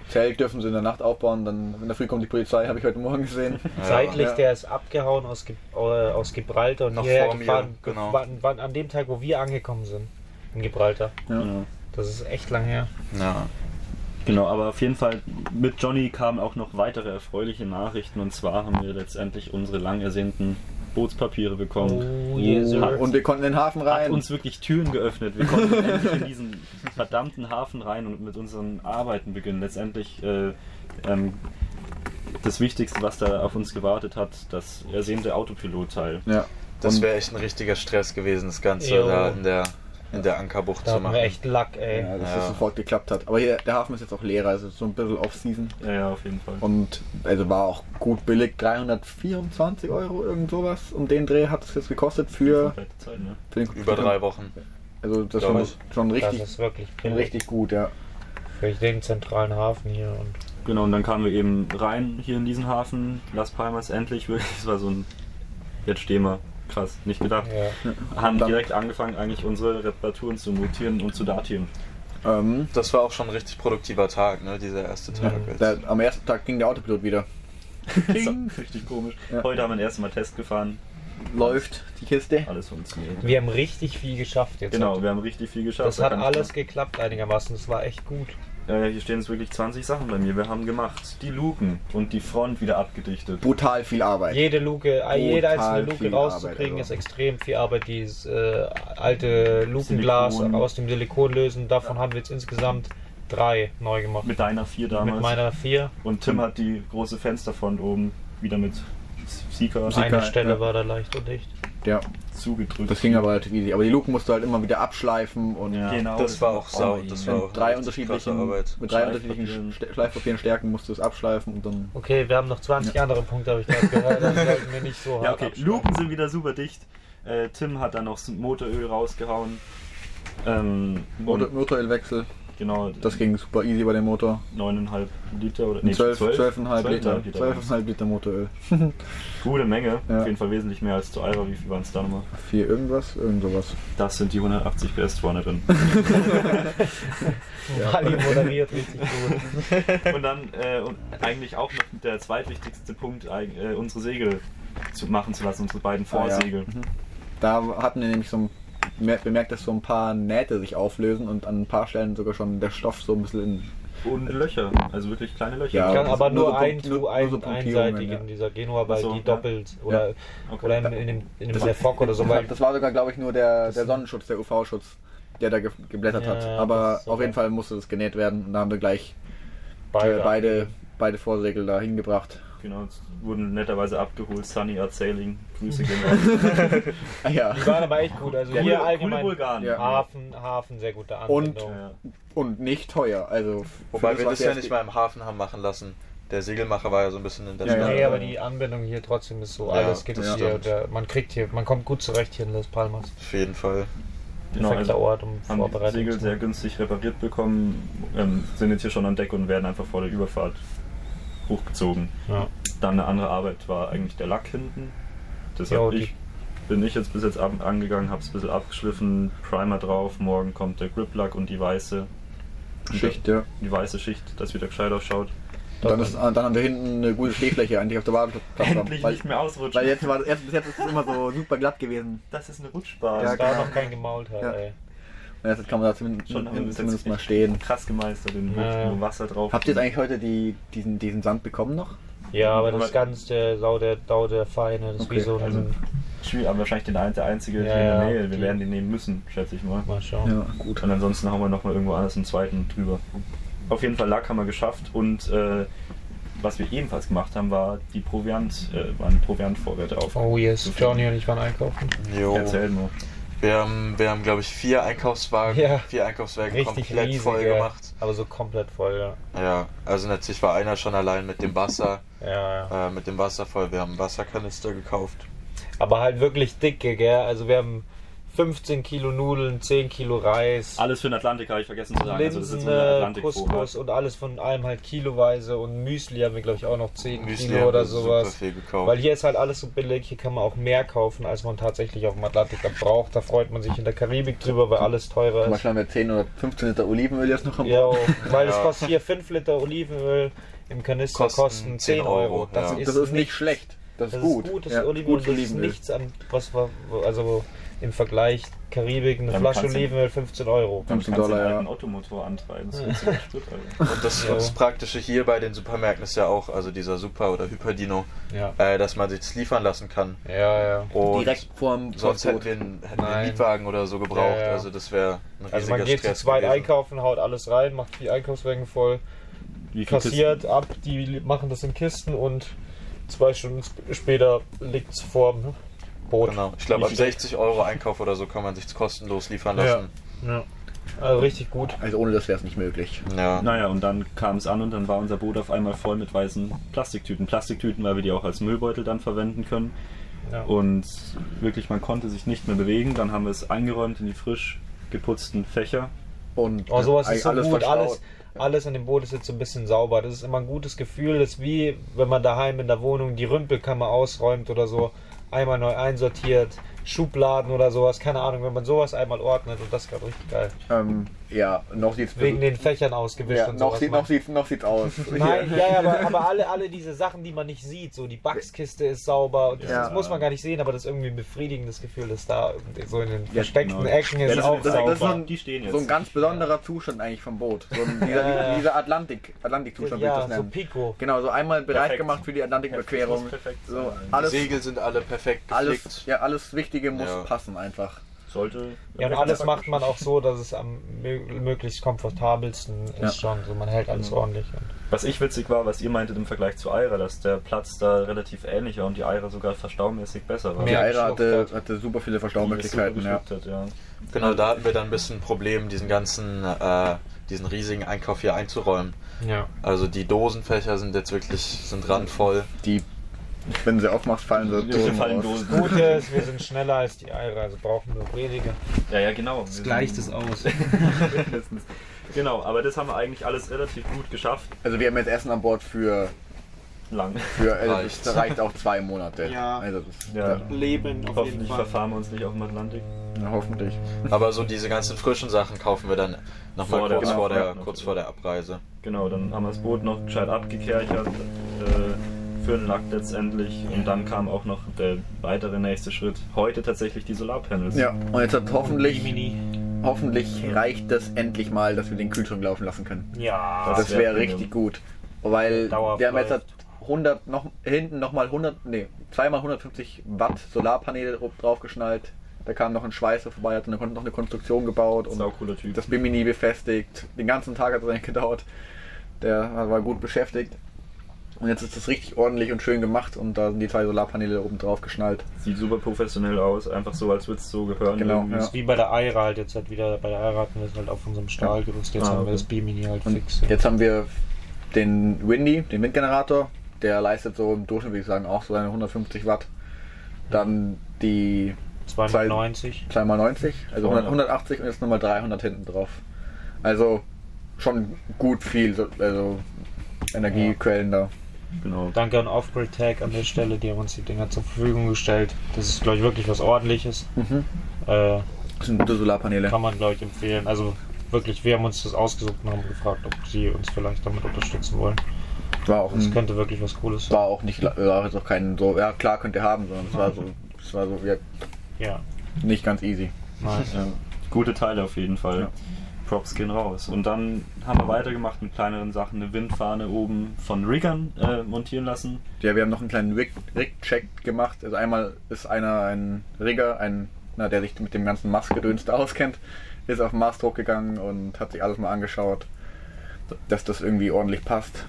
[SPEAKER 3] Zelt, dürfen sie in der Nacht aufbauen. Dann in der Früh kommt die Polizei, habe ich heute Morgen gesehen.
[SPEAKER 4] Ja.
[SPEAKER 5] Zeitlich,
[SPEAKER 3] Ja.
[SPEAKER 5] der ist abgehauen aus, Ge äh, aus Gibraltar und
[SPEAKER 4] Noch
[SPEAKER 5] hierher
[SPEAKER 4] vor mir,
[SPEAKER 5] gefahren,
[SPEAKER 4] genau.
[SPEAKER 5] gefahren, wann, an dem Tag, wo wir angekommen sind. In Gibraltar.
[SPEAKER 4] äh,
[SPEAKER 2] Genau.
[SPEAKER 5] Das ist echt lang her.
[SPEAKER 4] Ja.
[SPEAKER 2] Genau, aber auf jeden Fall mit Johnny kamen auch noch weitere erfreuliche Nachrichten und zwar haben wir letztendlich unsere lang ersehnten Bootspapiere bekommen.
[SPEAKER 5] Oh, yes, sir.
[SPEAKER 2] Hat-
[SPEAKER 3] Und wir konnten in den Hafen
[SPEAKER 2] hat
[SPEAKER 3] rein.
[SPEAKER 2] uns wirklich Türen geöffnet. Wir konnten endlich in diesen verdammten Hafen rein und mit unseren Arbeiten beginnen. Letztendlich äh, ähm, das Wichtigste, was da auf uns gewartet hat, das ersehnte Autopilotteil.
[SPEAKER 3] ja.
[SPEAKER 4] Das
[SPEAKER 3] Und-
[SPEAKER 4] wäre echt ein richtiger Stress gewesen, das Ganze
[SPEAKER 5] Jo.
[SPEAKER 4] da in der, in der Ankerbucht
[SPEAKER 5] Da
[SPEAKER 4] zu
[SPEAKER 5] hatten
[SPEAKER 4] machen.
[SPEAKER 5] wir echt Lack, ey.
[SPEAKER 3] ja, dass
[SPEAKER 4] Ja.
[SPEAKER 3] das sofort geklappt hat. Aber hier, der Hafen ist jetzt auch leer, also so ein bisschen Off-Season.
[SPEAKER 2] Ja, ja, auf jeden Fall.
[SPEAKER 3] Und also war auch gut billig, 324 Euro, irgend sowas. Um den Dreh hat es jetzt gekostet für,
[SPEAKER 2] Komplette Zeit, ne?
[SPEAKER 3] für den
[SPEAKER 4] Über drei Wochen.
[SPEAKER 3] Also das
[SPEAKER 4] Glaub
[SPEAKER 3] war
[SPEAKER 4] ich.
[SPEAKER 3] schon
[SPEAKER 5] das
[SPEAKER 3] richtig,
[SPEAKER 5] ist wirklich
[SPEAKER 3] schon
[SPEAKER 5] billig.
[SPEAKER 3] richtig gut, ja.
[SPEAKER 5] Für den zentralen Hafen hier. Und
[SPEAKER 2] Genau, und dann kamen wir eben rein hier in diesen Hafen, Las Palmas endlich, wirklich, es war so ein, jetzt stehen wir, krass, nicht gedacht.
[SPEAKER 5] ja.
[SPEAKER 2] Haben
[SPEAKER 3] Dann-
[SPEAKER 2] direkt angefangen, eigentlich unsere Reparaturen zu mutieren und zu datieren.
[SPEAKER 3] Ähm,
[SPEAKER 4] Das war auch schon ein richtig produktiver Tag, ne? Dieser erste Tag.
[SPEAKER 5] Ja.
[SPEAKER 4] jetzt.
[SPEAKER 3] da, am ersten Tag ging der Autopilot wieder.
[SPEAKER 2] Das war richtig komisch.
[SPEAKER 3] Ja.
[SPEAKER 2] Heute haben wir den ersten Mal Test gefahren,
[SPEAKER 3] Läuft die Kiste.
[SPEAKER 2] alles funktioniert.
[SPEAKER 5] Wir haben richtig viel geschafft jetzt.
[SPEAKER 2] Genau, wir haben richtig viel geschafft.
[SPEAKER 5] Das
[SPEAKER 2] Da
[SPEAKER 5] hat
[SPEAKER 2] kann ich-
[SPEAKER 5] alles geklappt einigermaßen. Das war echt gut.
[SPEAKER 2] äh, hier stehen jetzt wirklich 20 Sachen bei mir. Wir haben gemacht die Luken und die Front wieder abgedichtet.
[SPEAKER 3] Brutal viel Arbeit.
[SPEAKER 1] Jede Luke, ah, jede einzelne
[SPEAKER 3] Brutal
[SPEAKER 1] Luke
[SPEAKER 3] viel
[SPEAKER 1] rauszukriegen
[SPEAKER 3] Arbeit, also.
[SPEAKER 1] ist extrem viel Arbeit. Dieses äh, alte Lukenglas
[SPEAKER 2] Silikon.
[SPEAKER 1] aus dem Silikon lösen, davon haben wir jetzt insgesamt drei neu gemacht. Mit,
[SPEAKER 2] Mit deiner vier damals.
[SPEAKER 1] meiner vier.
[SPEAKER 2] Und Tim hat die große Fensterfront oben wieder mit Sika
[SPEAKER 3] Sika.
[SPEAKER 1] Eine
[SPEAKER 3] geil,
[SPEAKER 1] Stelle
[SPEAKER 3] ja.
[SPEAKER 1] war da leicht und dicht.
[SPEAKER 3] Ja,
[SPEAKER 2] zugedrückt.
[SPEAKER 3] das ging aber relativ easy. Aber die Luken musst du halt immer wieder abschleifen und
[SPEAKER 2] Ja.
[SPEAKER 4] Das,
[SPEAKER 2] Genau.
[SPEAKER 4] war auch sau.
[SPEAKER 2] Oh,
[SPEAKER 4] Das
[SPEAKER 2] ja.
[SPEAKER 4] war auch
[SPEAKER 3] mit drei
[SPEAKER 4] richtig krasse
[SPEAKER 3] unterschiedlichen,
[SPEAKER 4] Arbeit.
[SPEAKER 3] mit drei
[SPEAKER 2] Schleifpapieren.
[SPEAKER 3] unterschiedlichen Ste- Schleifpapieren Stärken musst du es abschleifen und dann.
[SPEAKER 1] Okay, wir haben noch 20 andere Punkte, habe ich gerade gehört. Dann sollten wir nicht so hart
[SPEAKER 2] Ja, okay.
[SPEAKER 1] abschneiden.
[SPEAKER 2] Luken sind wieder super dicht. Äh, Tim hat dann noch das Motoröl rausgehauen. Ähm,
[SPEAKER 3] Motor,
[SPEAKER 2] und
[SPEAKER 3] Motorölwechsel,
[SPEAKER 2] genau,
[SPEAKER 3] das ging super easy bei dem Motor.
[SPEAKER 2] 9,5 Liter oder nee,
[SPEAKER 3] 12,
[SPEAKER 2] 12,
[SPEAKER 3] 12,5 Liter,
[SPEAKER 2] 12,5
[SPEAKER 3] 12,5 Liter Motoröl.
[SPEAKER 2] Gute Menge.
[SPEAKER 3] Ja.
[SPEAKER 2] Auf jeden Fall wesentlich mehr als zu Alba. Wie viel waren es da nochmal?
[SPEAKER 3] Vier irgendwas, irgend sowas.
[SPEAKER 2] Das sind die 180 PS vorne drin.
[SPEAKER 1] Mali moderiert richtig gut.
[SPEAKER 2] und dann äh, und eigentlich auch noch der zweitwichtigste Punkt, eig- äh, unsere Segel zu machen zu lassen, unsere beiden
[SPEAKER 3] Ah, ja.
[SPEAKER 2] Vorsegel.
[SPEAKER 3] Mhm. Da hatten wir nämlich so ein, mer- bemerkt, dass so ein paar Nähte sich auflösen und an ein paar Stellen sogar schon der Stoff so ein bisschen in.
[SPEAKER 2] Und Löcher, also wirklich kleine Löcher.
[SPEAKER 3] Mhm. Ja,
[SPEAKER 1] Ich kann
[SPEAKER 3] das
[SPEAKER 1] aber
[SPEAKER 3] sind nur
[SPEAKER 1] nur,
[SPEAKER 3] so
[SPEAKER 1] ein,
[SPEAKER 3] Punkt- nur-
[SPEAKER 1] zu
[SPEAKER 3] nur
[SPEAKER 1] ein,
[SPEAKER 3] so Punktierungen,
[SPEAKER 1] einseitig
[SPEAKER 3] ja.
[SPEAKER 1] in dieser Genua, weil
[SPEAKER 2] Ach so,
[SPEAKER 1] die
[SPEAKER 2] ja.
[SPEAKER 1] doppelt oder,
[SPEAKER 2] Okay.
[SPEAKER 1] oder in, in, dem, in dem
[SPEAKER 3] Das-
[SPEAKER 1] Serfock oder so. Weil
[SPEAKER 3] Das war sogar, glaube ich, nur der, der Sonnenschutz, der UV-Schutz, der da ge geblättert
[SPEAKER 1] Ja,
[SPEAKER 3] hat.
[SPEAKER 1] ja,
[SPEAKER 3] Aber
[SPEAKER 1] das ist so
[SPEAKER 3] auf jeden
[SPEAKER 1] geil.
[SPEAKER 3] Fall musste das genäht werden und da haben wir gleich
[SPEAKER 1] beide-
[SPEAKER 3] beide, beide, beide Vorsegel da hingebracht.
[SPEAKER 2] Genau, es wurden netterweise abgeholt. Sunny Art Sailing, Grüße gehen raus.
[SPEAKER 3] Ah, Ja.
[SPEAKER 1] Die waren aber echt gut. Also
[SPEAKER 2] Coole-
[SPEAKER 1] hier
[SPEAKER 2] coole
[SPEAKER 1] allgemein
[SPEAKER 2] Bulgaren.
[SPEAKER 3] Ja.
[SPEAKER 1] Hafen, Hafen, sehr gute
[SPEAKER 3] Und-
[SPEAKER 1] Anbindung.
[SPEAKER 2] Ja.
[SPEAKER 3] Und nicht teuer. Also für
[SPEAKER 4] Wobei wir
[SPEAKER 3] was
[SPEAKER 4] das
[SPEAKER 3] der
[SPEAKER 4] ja nicht mal im Hafen haben machen lassen. Der Segelmacher war ja so ein bisschen in der
[SPEAKER 3] Ja, ja.
[SPEAKER 1] Nee, aber die Anbindung hier trotzdem ist so,
[SPEAKER 4] Ja,
[SPEAKER 1] alles gibt es
[SPEAKER 4] das
[SPEAKER 1] hier.
[SPEAKER 4] stimmt.
[SPEAKER 1] Der, man kriegt hier, man kommt gut zurecht hier in Las Palmas.
[SPEAKER 4] Auf jeden Fall.
[SPEAKER 2] Genau,
[SPEAKER 1] Perfekter
[SPEAKER 2] also
[SPEAKER 1] Ort, um
[SPEAKER 2] haben die
[SPEAKER 1] vorbereitet
[SPEAKER 2] Segel
[SPEAKER 1] zu
[SPEAKER 2] sehr
[SPEAKER 1] sein.
[SPEAKER 2] günstig repariert bekommen, ähm, sind jetzt hier schon an Deck und werden einfach vor der Überfahrt hochgezogen.
[SPEAKER 1] Ja.
[SPEAKER 2] Dann eine andere Arbeit war eigentlich der Lack hinten.
[SPEAKER 1] Ja,
[SPEAKER 2] Deshalb
[SPEAKER 1] die-
[SPEAKER 2] ich, bin ich jetzt bis jetzt ab, angegangen, habe es ein bisschen abgeschliffen, Primer drauf, morgen kommt der Grip-Lack und die weiße,
[SPEAKER 3] Schicht, ja.
[SPEAKER 2] die weiße Schicht, dass wieder gescheit ausschaut.
[SPEAKER 3] Und dann, ist, ah, dann haben wir hinten eine gute Stehfläche eigentlich auf der Badeplattform.
[SPEAKER 2] Endlich
[SPEAKER 3] weil,
[SPEAKER 2] nicht mehr ausrutschen.
[SPEAKER 3] weil jetzt war das erst, bis jetzt ist es immer so super glatt gewesen.
[SPEAKER 2] das ist eine Rutschbahn.
[SPEAKER 3] Ja,
[SPEAKER 1] Dass
[SPEAKER 2] Ja,
[SPEAKER 1] da
[SPEAKER 3] genau.
[SPEAKER 1] noch kein gemault hat,
[SPEAKER 3] Ja.
[SPEAKER 1] ey.
[SPEAKER 3] Und jetzt kann man da zumindest,
[SPEAKER 2] Schon haben wir bis jetzt
[SPEAKER 3] zumindest mal
[SPEAKER 2] echt
[SPEAKER 3] stehen.
[SPEAKER 2] Krass gemeistert, den
[SPEAKER 1] Ja.
[SPEAKER 2] ja. Wasser drauf.
[SPEAKER 3] Habt ihr jetzt eigentlich heute die, diesen, diesen Sand bekommen noch?
[SPEAKER 1] Ja, aber das
[SPEAKER 2] Aber-
[SPEAKER 1] ist ganz der Sau der, Sau der Feine. Das ist
[SPEAKER 3] Okay,
[SPEAKER 1] wie so ein.
[SPEAKER 2] also- Schwierig, aber wahrscheinlich den ein, der einzige
[SPEAKER 1] Ja,
[SPEAKER 2] hier in
[SPEAKER 1] ja.
[SPEAKER 2] der Nähe. Wir werden den nehmen müssen, schätze ich mal.
[SPEAKER 1] mal schauen.
[SPEAKER 3] Ja, gut.
[SPEAKER 2] Und ansonsten haben wir nochmal irgendwo anders einen zweiten drüber. Auf jeden Fall Lack haben wir geschafft und äh, was wir ebenfalls gemacht haben, war die Proviant, äh, waren Proviantvorräte auf.
[SPEAKER 1] Oh yes, Johnny und ich waren einkaufen.
[SPEAKER 4] Jo.
[SPEAKER 2] Erzähl mal.
[SPEAKER 4] Wir haben, wir haben glaube ich, vier Einkaufswagen,
[SPEAKER 1] Ja.
[SPEAKER 4] vier Einkaufswagen
[SPEAKER 1] Richtig
[SPEAKER 4] komplett
[SPEAKER 1] riesig,
[SPEAKER 4] voll
[SPEAKER 1] ja.
[SPEAKER 4] gemacht.
[SPEAKER 1] Aber so komplett voll, ja.
[SPEAKER 4] Ja, also letztlich war einer schon allein mit dem Wasser,
[SPEAKER 1] Ja, ja.
[SPEAKER 4] äh, mit dem Wasser voll. Wir haben einen Wasserkanister gekauft.
[SPEAKER 1] Aber halt wirklich dicke, gell? Also wir haben 15 Kilo Nudeln, 10 Kilo Reis,
[SPEAKER 2] Alles für den Atlantik habe ich vergessen zu sagen. also das ist
[SPEAKER 1] Linsen,
[SPEAKER 2] jetzt unser
[SPEAKER 1] äh,
[SPEAKER 2] Atlantik-Vorrat.
[SPEAKER 1] Couscous und alles von allem halt kiloweise und Müsli haben wir, glaube ich, auch noch 10
[SPEAKER 4] Müsli
[SPEAKER 1] Kilo
[SPEAKER 4] haben
[SPEAKER 1] oder
[SPEAKER 4] wir
[SPEAKER 1] sowas.
[SPEAKER 4] super viel gekauft.
[SPEAKER 1] Weil hier ist halt alles so billig, hier kann man auch mehr kaufen, als man tatsächlich auf dem Atlantik dann braucht. Da freut man sich in der Karibik drüber, weil alles teurer
[SPEAKER 3] Zum
[SPEAKER 1] ist.
[SPEAKER 3] Beispiel haben wir 10 oder 15 Liter Olivenöl jetzt noch am
[SPEAKER 1] Ja, weil es
[SPEAKER 4] Ja.
[SPEAKER 1] kostet hier 5 Liter Olivenöl im Kanister
[SPEAKER 4] Kosten
[SPEAKER 1] kosten, 10 Euro.
[SPEAKER 4] Euro,
[SPEAKER 1] Das,
[SPEAKER 4] ja.
[SPEAKER 1] ist
[SPEAKER 3] Das ist nicht
[SPEAKER 1] nichts.
[SPEAKER 3] schlecht. Das ist
[SPEAKER 1] Das
[SPEAKER 3] gut.
[SPEAKER 1] ist gut, das
[SPEAKER 3] Ja,
[SPEAKER 1] ist Olivenöl, das ist
[SPEAKER 3] Olivenöl.
[SPEAKER 1] nichts an, was war, also im Vergleich Karibik, eine
[SPEAKER 2] Dann
[SPEAKER 1] Flasche
[SPEAKER 2] kannst du-
[SPEAKER 1] Olivenöl 15 Euro.
[SPEAKER 2] Damit
[SPEAKER 3] 15
[SPEAKER 2] kannst du den
[SPEAKER 3] Dollar, ja.
[SPEAKER 2] alten Automotor antreiben. Das ist ziemlich Sprit, Alter.
[SPEAKER 4] Und das,
[SPEAKER 1] Jo.
[SPEAKER 4] das Praktische hier bei den Supermärkten ist ja auch, also dieser Super- oder Hyperdino,
[SPEAKER 1] Ja,
[SPEAKER 4] äh, dass man sich's liefern lassen kann.
[SPEAKER 1] ja, ja.
[SPEAKER 4] Und
[SPEAKER 3] Direkt vorm
[SPEAKER 4] sonst hätten
[SPEAKER 3] Vorboot.
[SPEAKER 4] wir einen, hätten wir
[SPEAKER 1] Nein.
[SPEAKER 4] einen Mietwagen oder so gebraucht.
[SPEAKER 1] Ja, ja.
[SPEAKER 4] Also das wäre ein riesiger
[SPEAKER 1] Also man geht zu
[SPEAKER 4] Stress
[SPEAKER 1] zweit
[SPEAKER 4] gewesen.
[SPEAKER 1] einkaufen, haut alles rein, macht die Einkaufswagen voll,
[SPEAKER 2] Wie viel
[SPEAKER 1] kassiert ab, die machen das in Kisten und zwei Stunden sp- später liegt's vorm Boot.
[SPEAKER 4] Genau. Ich glaube, ab
[SPEAKER 2] Wie
[SPEAKER 4] 60 Euro Einkauf oder so kann man sich's kostenlos liefern
[SPEAKER 1] Ja.
[SPEAKER 4] lassen.
[SPEAKER 1] Ja. Also richtig gut.
[SPEAKER 3] Also ohne das wäre es nicht möglich.
[SPEAKER 4] Ja.
[SPEAKER 2] Naja, und dann kam es an und dann war unser Boot auf einmal voll mit weißen Plastiktüten. Plastiktüten, weil wir die auch als Müllbeutel dann verwenden können.
[SPEAKER 1] Ja.
[SPEAKER 2] Und wirklich, man konnte sich nicht mehr bewegen. Dann haben wir es eingeräumt in die frisch geputzten Fächer.
[SPEAKER 3] Und
[SPEAKER 1] Oh, sowas
[SPEAKER 3] äh,
[SPEAKER 1] ist so gut.
[SPEAKER 3] verstaut.
[SPEAKER 1] Alles, alles in dem Boot ist jetzt so ein bisschen sauber. Das ist immer ein gutes Gefühl. Das ist wie, wenn man daheim in der Wohnung die Rümpelkammer ausräumt oder so. Einmal neu einsortiert, Schubladen oder sowas. Keine Ahnung, wenn man sowas einmal ordnet und das ist gerade richtig geil.
[SPEAKER 3] Ähm, ja, noch sieht's also,
[SPEAKER 1] Wegen den Fächern ausgewischt
[SPEAKER 3] ja,
[SPEAKER 1] und
[SPEAKER 3] noch,
[SPEAKER 1] sowas.
[SPEAKER 3] sieht, noch,
[SPEAKER 1] Mann.
[SPEAKER 3] sieht's, noch sieht's aus.
[SPEAKER 1] Nein,
[SPEAKER 3] Hier.
[SPEAKER 1] ja, ja, aber, aber alle, alle diese Sachen, die man nicht sieht, so die Bugs-Kiste ist sauber, und das,
[SPEAKER 3] Ja.
[SPEAKER 1] das muss man gar nicht sehen, aber das ist irgendwie ein befriedigendes Gefühl, dass da irgendwie so in den
[SPEAKER 3] Ja,
[SPEAKER 1] versteckten
[SPEAKER 2] genau.
[SPEAKER 1] Ecken ist
[SPEAKER 2] das-
[SPEAKER 1] auch
[SPEAKER 2] das-
[SPEAKER 1] sauber.
[SPEAKER 2] das-
[SPEAKER 3] ein-
[SPEAKER 2] Die stehen jetzt.
[SPEAKER 3] So ein ganz besonderer Zustand eigentlich vom Boot. So ein, dieser
[SPEAKER 1] Ja.
[SPEAKER 3] dieser Atlantik, Atlantik-Zustand würde ich
[SPEAKER 1] ja,
[SPEAKER 3] das
[SPEAKER 1] so
[SPEAKER 3] nennen.
[SPEAKER 1] Pico.
[SPEAKER 3] genau, so einmal bereit
[SPEAKER 2] Perfekt.
[SPEAKER 3] gemacht für die Atlantiküberquerung.
[SPEAKER 2] Perfekt, das muss
[SPEAKER 3] So
[SPEAKER 2] perfekt sein.
[SPEAKER 4] Die
[SPEAKER 3] alles,
[SPEAKER 4] Segel sind alle perfekt
[SPEAKER 3] alles,
[SPEAKER 4] geflickt.
[SPEAKER 3] ja, alles Wichtige muss
[SPEAKER 4] Ja.
[SPEAKER 3] passen einfach.
[SPEAKER 2] Sollte.
[SPEAKER 1] Ja, und alles macht man auch so, dass es am mö- möglichst komfortabelsten ist
[SPEAKER 3] Ja.
[SPEAKER 1] schon. So, man hält alles ordentlich. Und
[SPEAKER 2] Was ich witzig war, was ihr meintet im Vergleich zu Aira, dass der Platz da relativ ähnlich war und die Aira sogar verstaumäßig besser war.
[SPEAKER 3] Die
[SPEAKER 1] Ja,
[SPEAKER 3] Aira hatte,
[SPEAKER 1] geschluckt hat.
[SPEAKER 3] hatte super viele
[SPEAKER 2] Die es super
[SPEAKER 3] Verstaumöglichkeiten, ja.
[SPEAKER 2] geschluckt Hat, ja.
[SPEAKER 4] Genau, da hatten wir dann ein bisschen ein Problem, diesen ganzen, äh, diesen riesigen Einkauf hier einzuräumen.
[SPEAKER 1] ja.
[SPEAKER 4] Also die Dosenfächer sind jetzt wirklich, sind randvoll.
[SPEAKER 3] Die, wenn du sie aufmachst, fallen so
[SPEAKER 2] Die fallen
[SPEAKER 3] raus.
[SPEAKER 2] Dosen.
[SPEAKER 1] Gut ist, wir sind schneller als die Eire, also brauchen wir weniger.
[SPEAKER 2] Ja, ja, genau. Das
[SPEAKER 1] aus.
[SPEAKER 2] Genau, aber das haben wir eigentlich alles relativ gut geschafft.
[SPEAKER 3] Also wir haben jetzt Essen an Bord für,
[SPEAKER 2] Lang.
[SPEAKER 3] für also
[SPEAKER 4] Reicht.
[SPEAKER 3] das reicht auch zwei Monate.
[SPEAKER 5] Ja.
[SPEAKER 3] Also das,
[SPEAKER 2] Ja.
[SPEAKER 3] da-
[SPEAKER 5] Leben auf jeden
[SPEAKER 2] Hoffentlich
[SPEAKER 5] Fall.
[SPEAKER 2] verfahren wir uns nicht auf dem Atlantik.
[SPEAKER 3] na, hoffentlich.
[SPEAKER 4] Aber so diese ganzen frischen Sachen kaufen wir dann nochmal
[SPEAKER 2] Vor der-
[SPEAKER 4] kurz,
[SPEAKER 2] genau,
[SPEAKER 4] vor der,
[SPEAKER 2] ja.
[SPEAKER 4] kurz vor der Abreise.
[SPEAKER 2] Genau, dann haben wir das Boot noch gescheit abgekerchert äh, für den Lack letztendlich. Und dann kam auch noch der weitere nächste Schritt. Heute tatsächlich die Solarpanels.
[SPEAKER 3] Ja, und jetzt hat hoffentlich,
[SPEAKER 1] Mini.
[SPEAKER 3] hoffentlich reicht das endlich mal, dass wir den Kühlschrank laufen lassen können.
[SPEAKER 1] Ja.
[SPEAKER 2] Das
[SPEAKER 3] Das
[SPEAKER 2] wär
[SPEAKER 3] wäre
[SPEAKER 2] Premium.
[SPEAKER 3] richtig gut. Weil
[SPEAKER 1] Dauerhaft
[SPEAKER 3] wir haben jetzt
[SPEAKER 1] läuft.
[SPEAKER 3] 100 noch, hinten nochmal 100, nee, zweimal 150 Watt Solarpaneele dra- draufgeschnallt. Da kam noch ein Schweißer vorbei, hat noch noch eine Konstruktion gebaut und
[SPEAKER 2] Sau cooler Typ.
[SPEAKER 3] das Bimini befestigt. Den ganzen Tag hat es eigentlich gedauert. Der war gut beschäftigt. Und jetzt ist das richtig ordentlich und schön gemacht und da sind die zwei Solarpaneele oben drauf geschnallt.
[SPEAKER 2] Sieht super professionell aus, einfach so, als würde es so gehören.
[SPEAKER 3] Genau,
[SPEAKER 2] irgendwie.
[SPEAKER 3] ja.
[SPEAKER 1] Wie bei der Eire halt jetzt halt wieder, bei der Eire hatten wir es halt auf unserem Stahl gerüstet, jetzt
[SPEAKER 2] Ah,
[SPEAKER 1] haben
[SPEAKER 2] okay.
[SPEAKER 1] wir das B-Mini halt
[SPEAKER 3] Und
[SPEAKER 1] fix.
[SPEAKER 3] jetzt haben wir den Windy, den Windgenerator, der leistet so im Durchschnitt, würde ich sagen, auch so seine 150 Watt. Dann die
[SPEAKER 1] 290.
[SPEAKER 3] 2x90, also 100, 180 und jetzt nochmal 300 hinten drauf. Also schon gut viel, so- also Energiequellen da.
[SPEAKER 2] Genau.
[SPEAKER 1] Danke an Off-Grid Tag an der Stelle, die haben uns die Dinger zur Verfügung gestellt. Das ist, glaube ich, wirklich was ordentliches.
[SPEAKER 3] Mhm.
[SPEAKER 1] Äh,
[SPEAKER 3] Das sind gute Solarpaneele.
[SPEAKER 1] kann man, glaube ich, empfehlen. Also wirklich, wir haben uns das ausgesucht und haben gefragt, ob sie uns vielleicht damit unterstützen wollen.
[SPEAKER 3] War auch
[SPEAKER 1] Das
[SPEAKER 3] ein
[SPEAKER 1] könnte wirklich was Cooles sein.
[SPEAKER 3] war auch nicht, war jetzt auch kein so, ja klar könnt ihr haben, sondern es war so, es war so ja,
[SPEAKER 1] Ja,
[SPEAKER 3] nicht ganz easy.
[SPEAKER 1] nein.
[SPEAKER 2] Ja. äh, Gute Teile auf jeden Fall.
[SPEAKER 3] Ja.
[SPEAKER 2] Props gehen raus. Und dann haben wir weitergemacht mit kleineren Sachen. Eine Windfahne oben von Riggern äh, montieren lassen.
[SPEAKER 3] Ja, wir haben noch einen kleinen Rig- Rig-Check gemacht. Also einmal ist einer ein Rigger, ein, na, der sich mit dem ganzen Mastgedöns da auskennt, ist auf den Mast hochgegangen und hat sich alles mal angeschaut, dass das irgendwie ordentlich passt.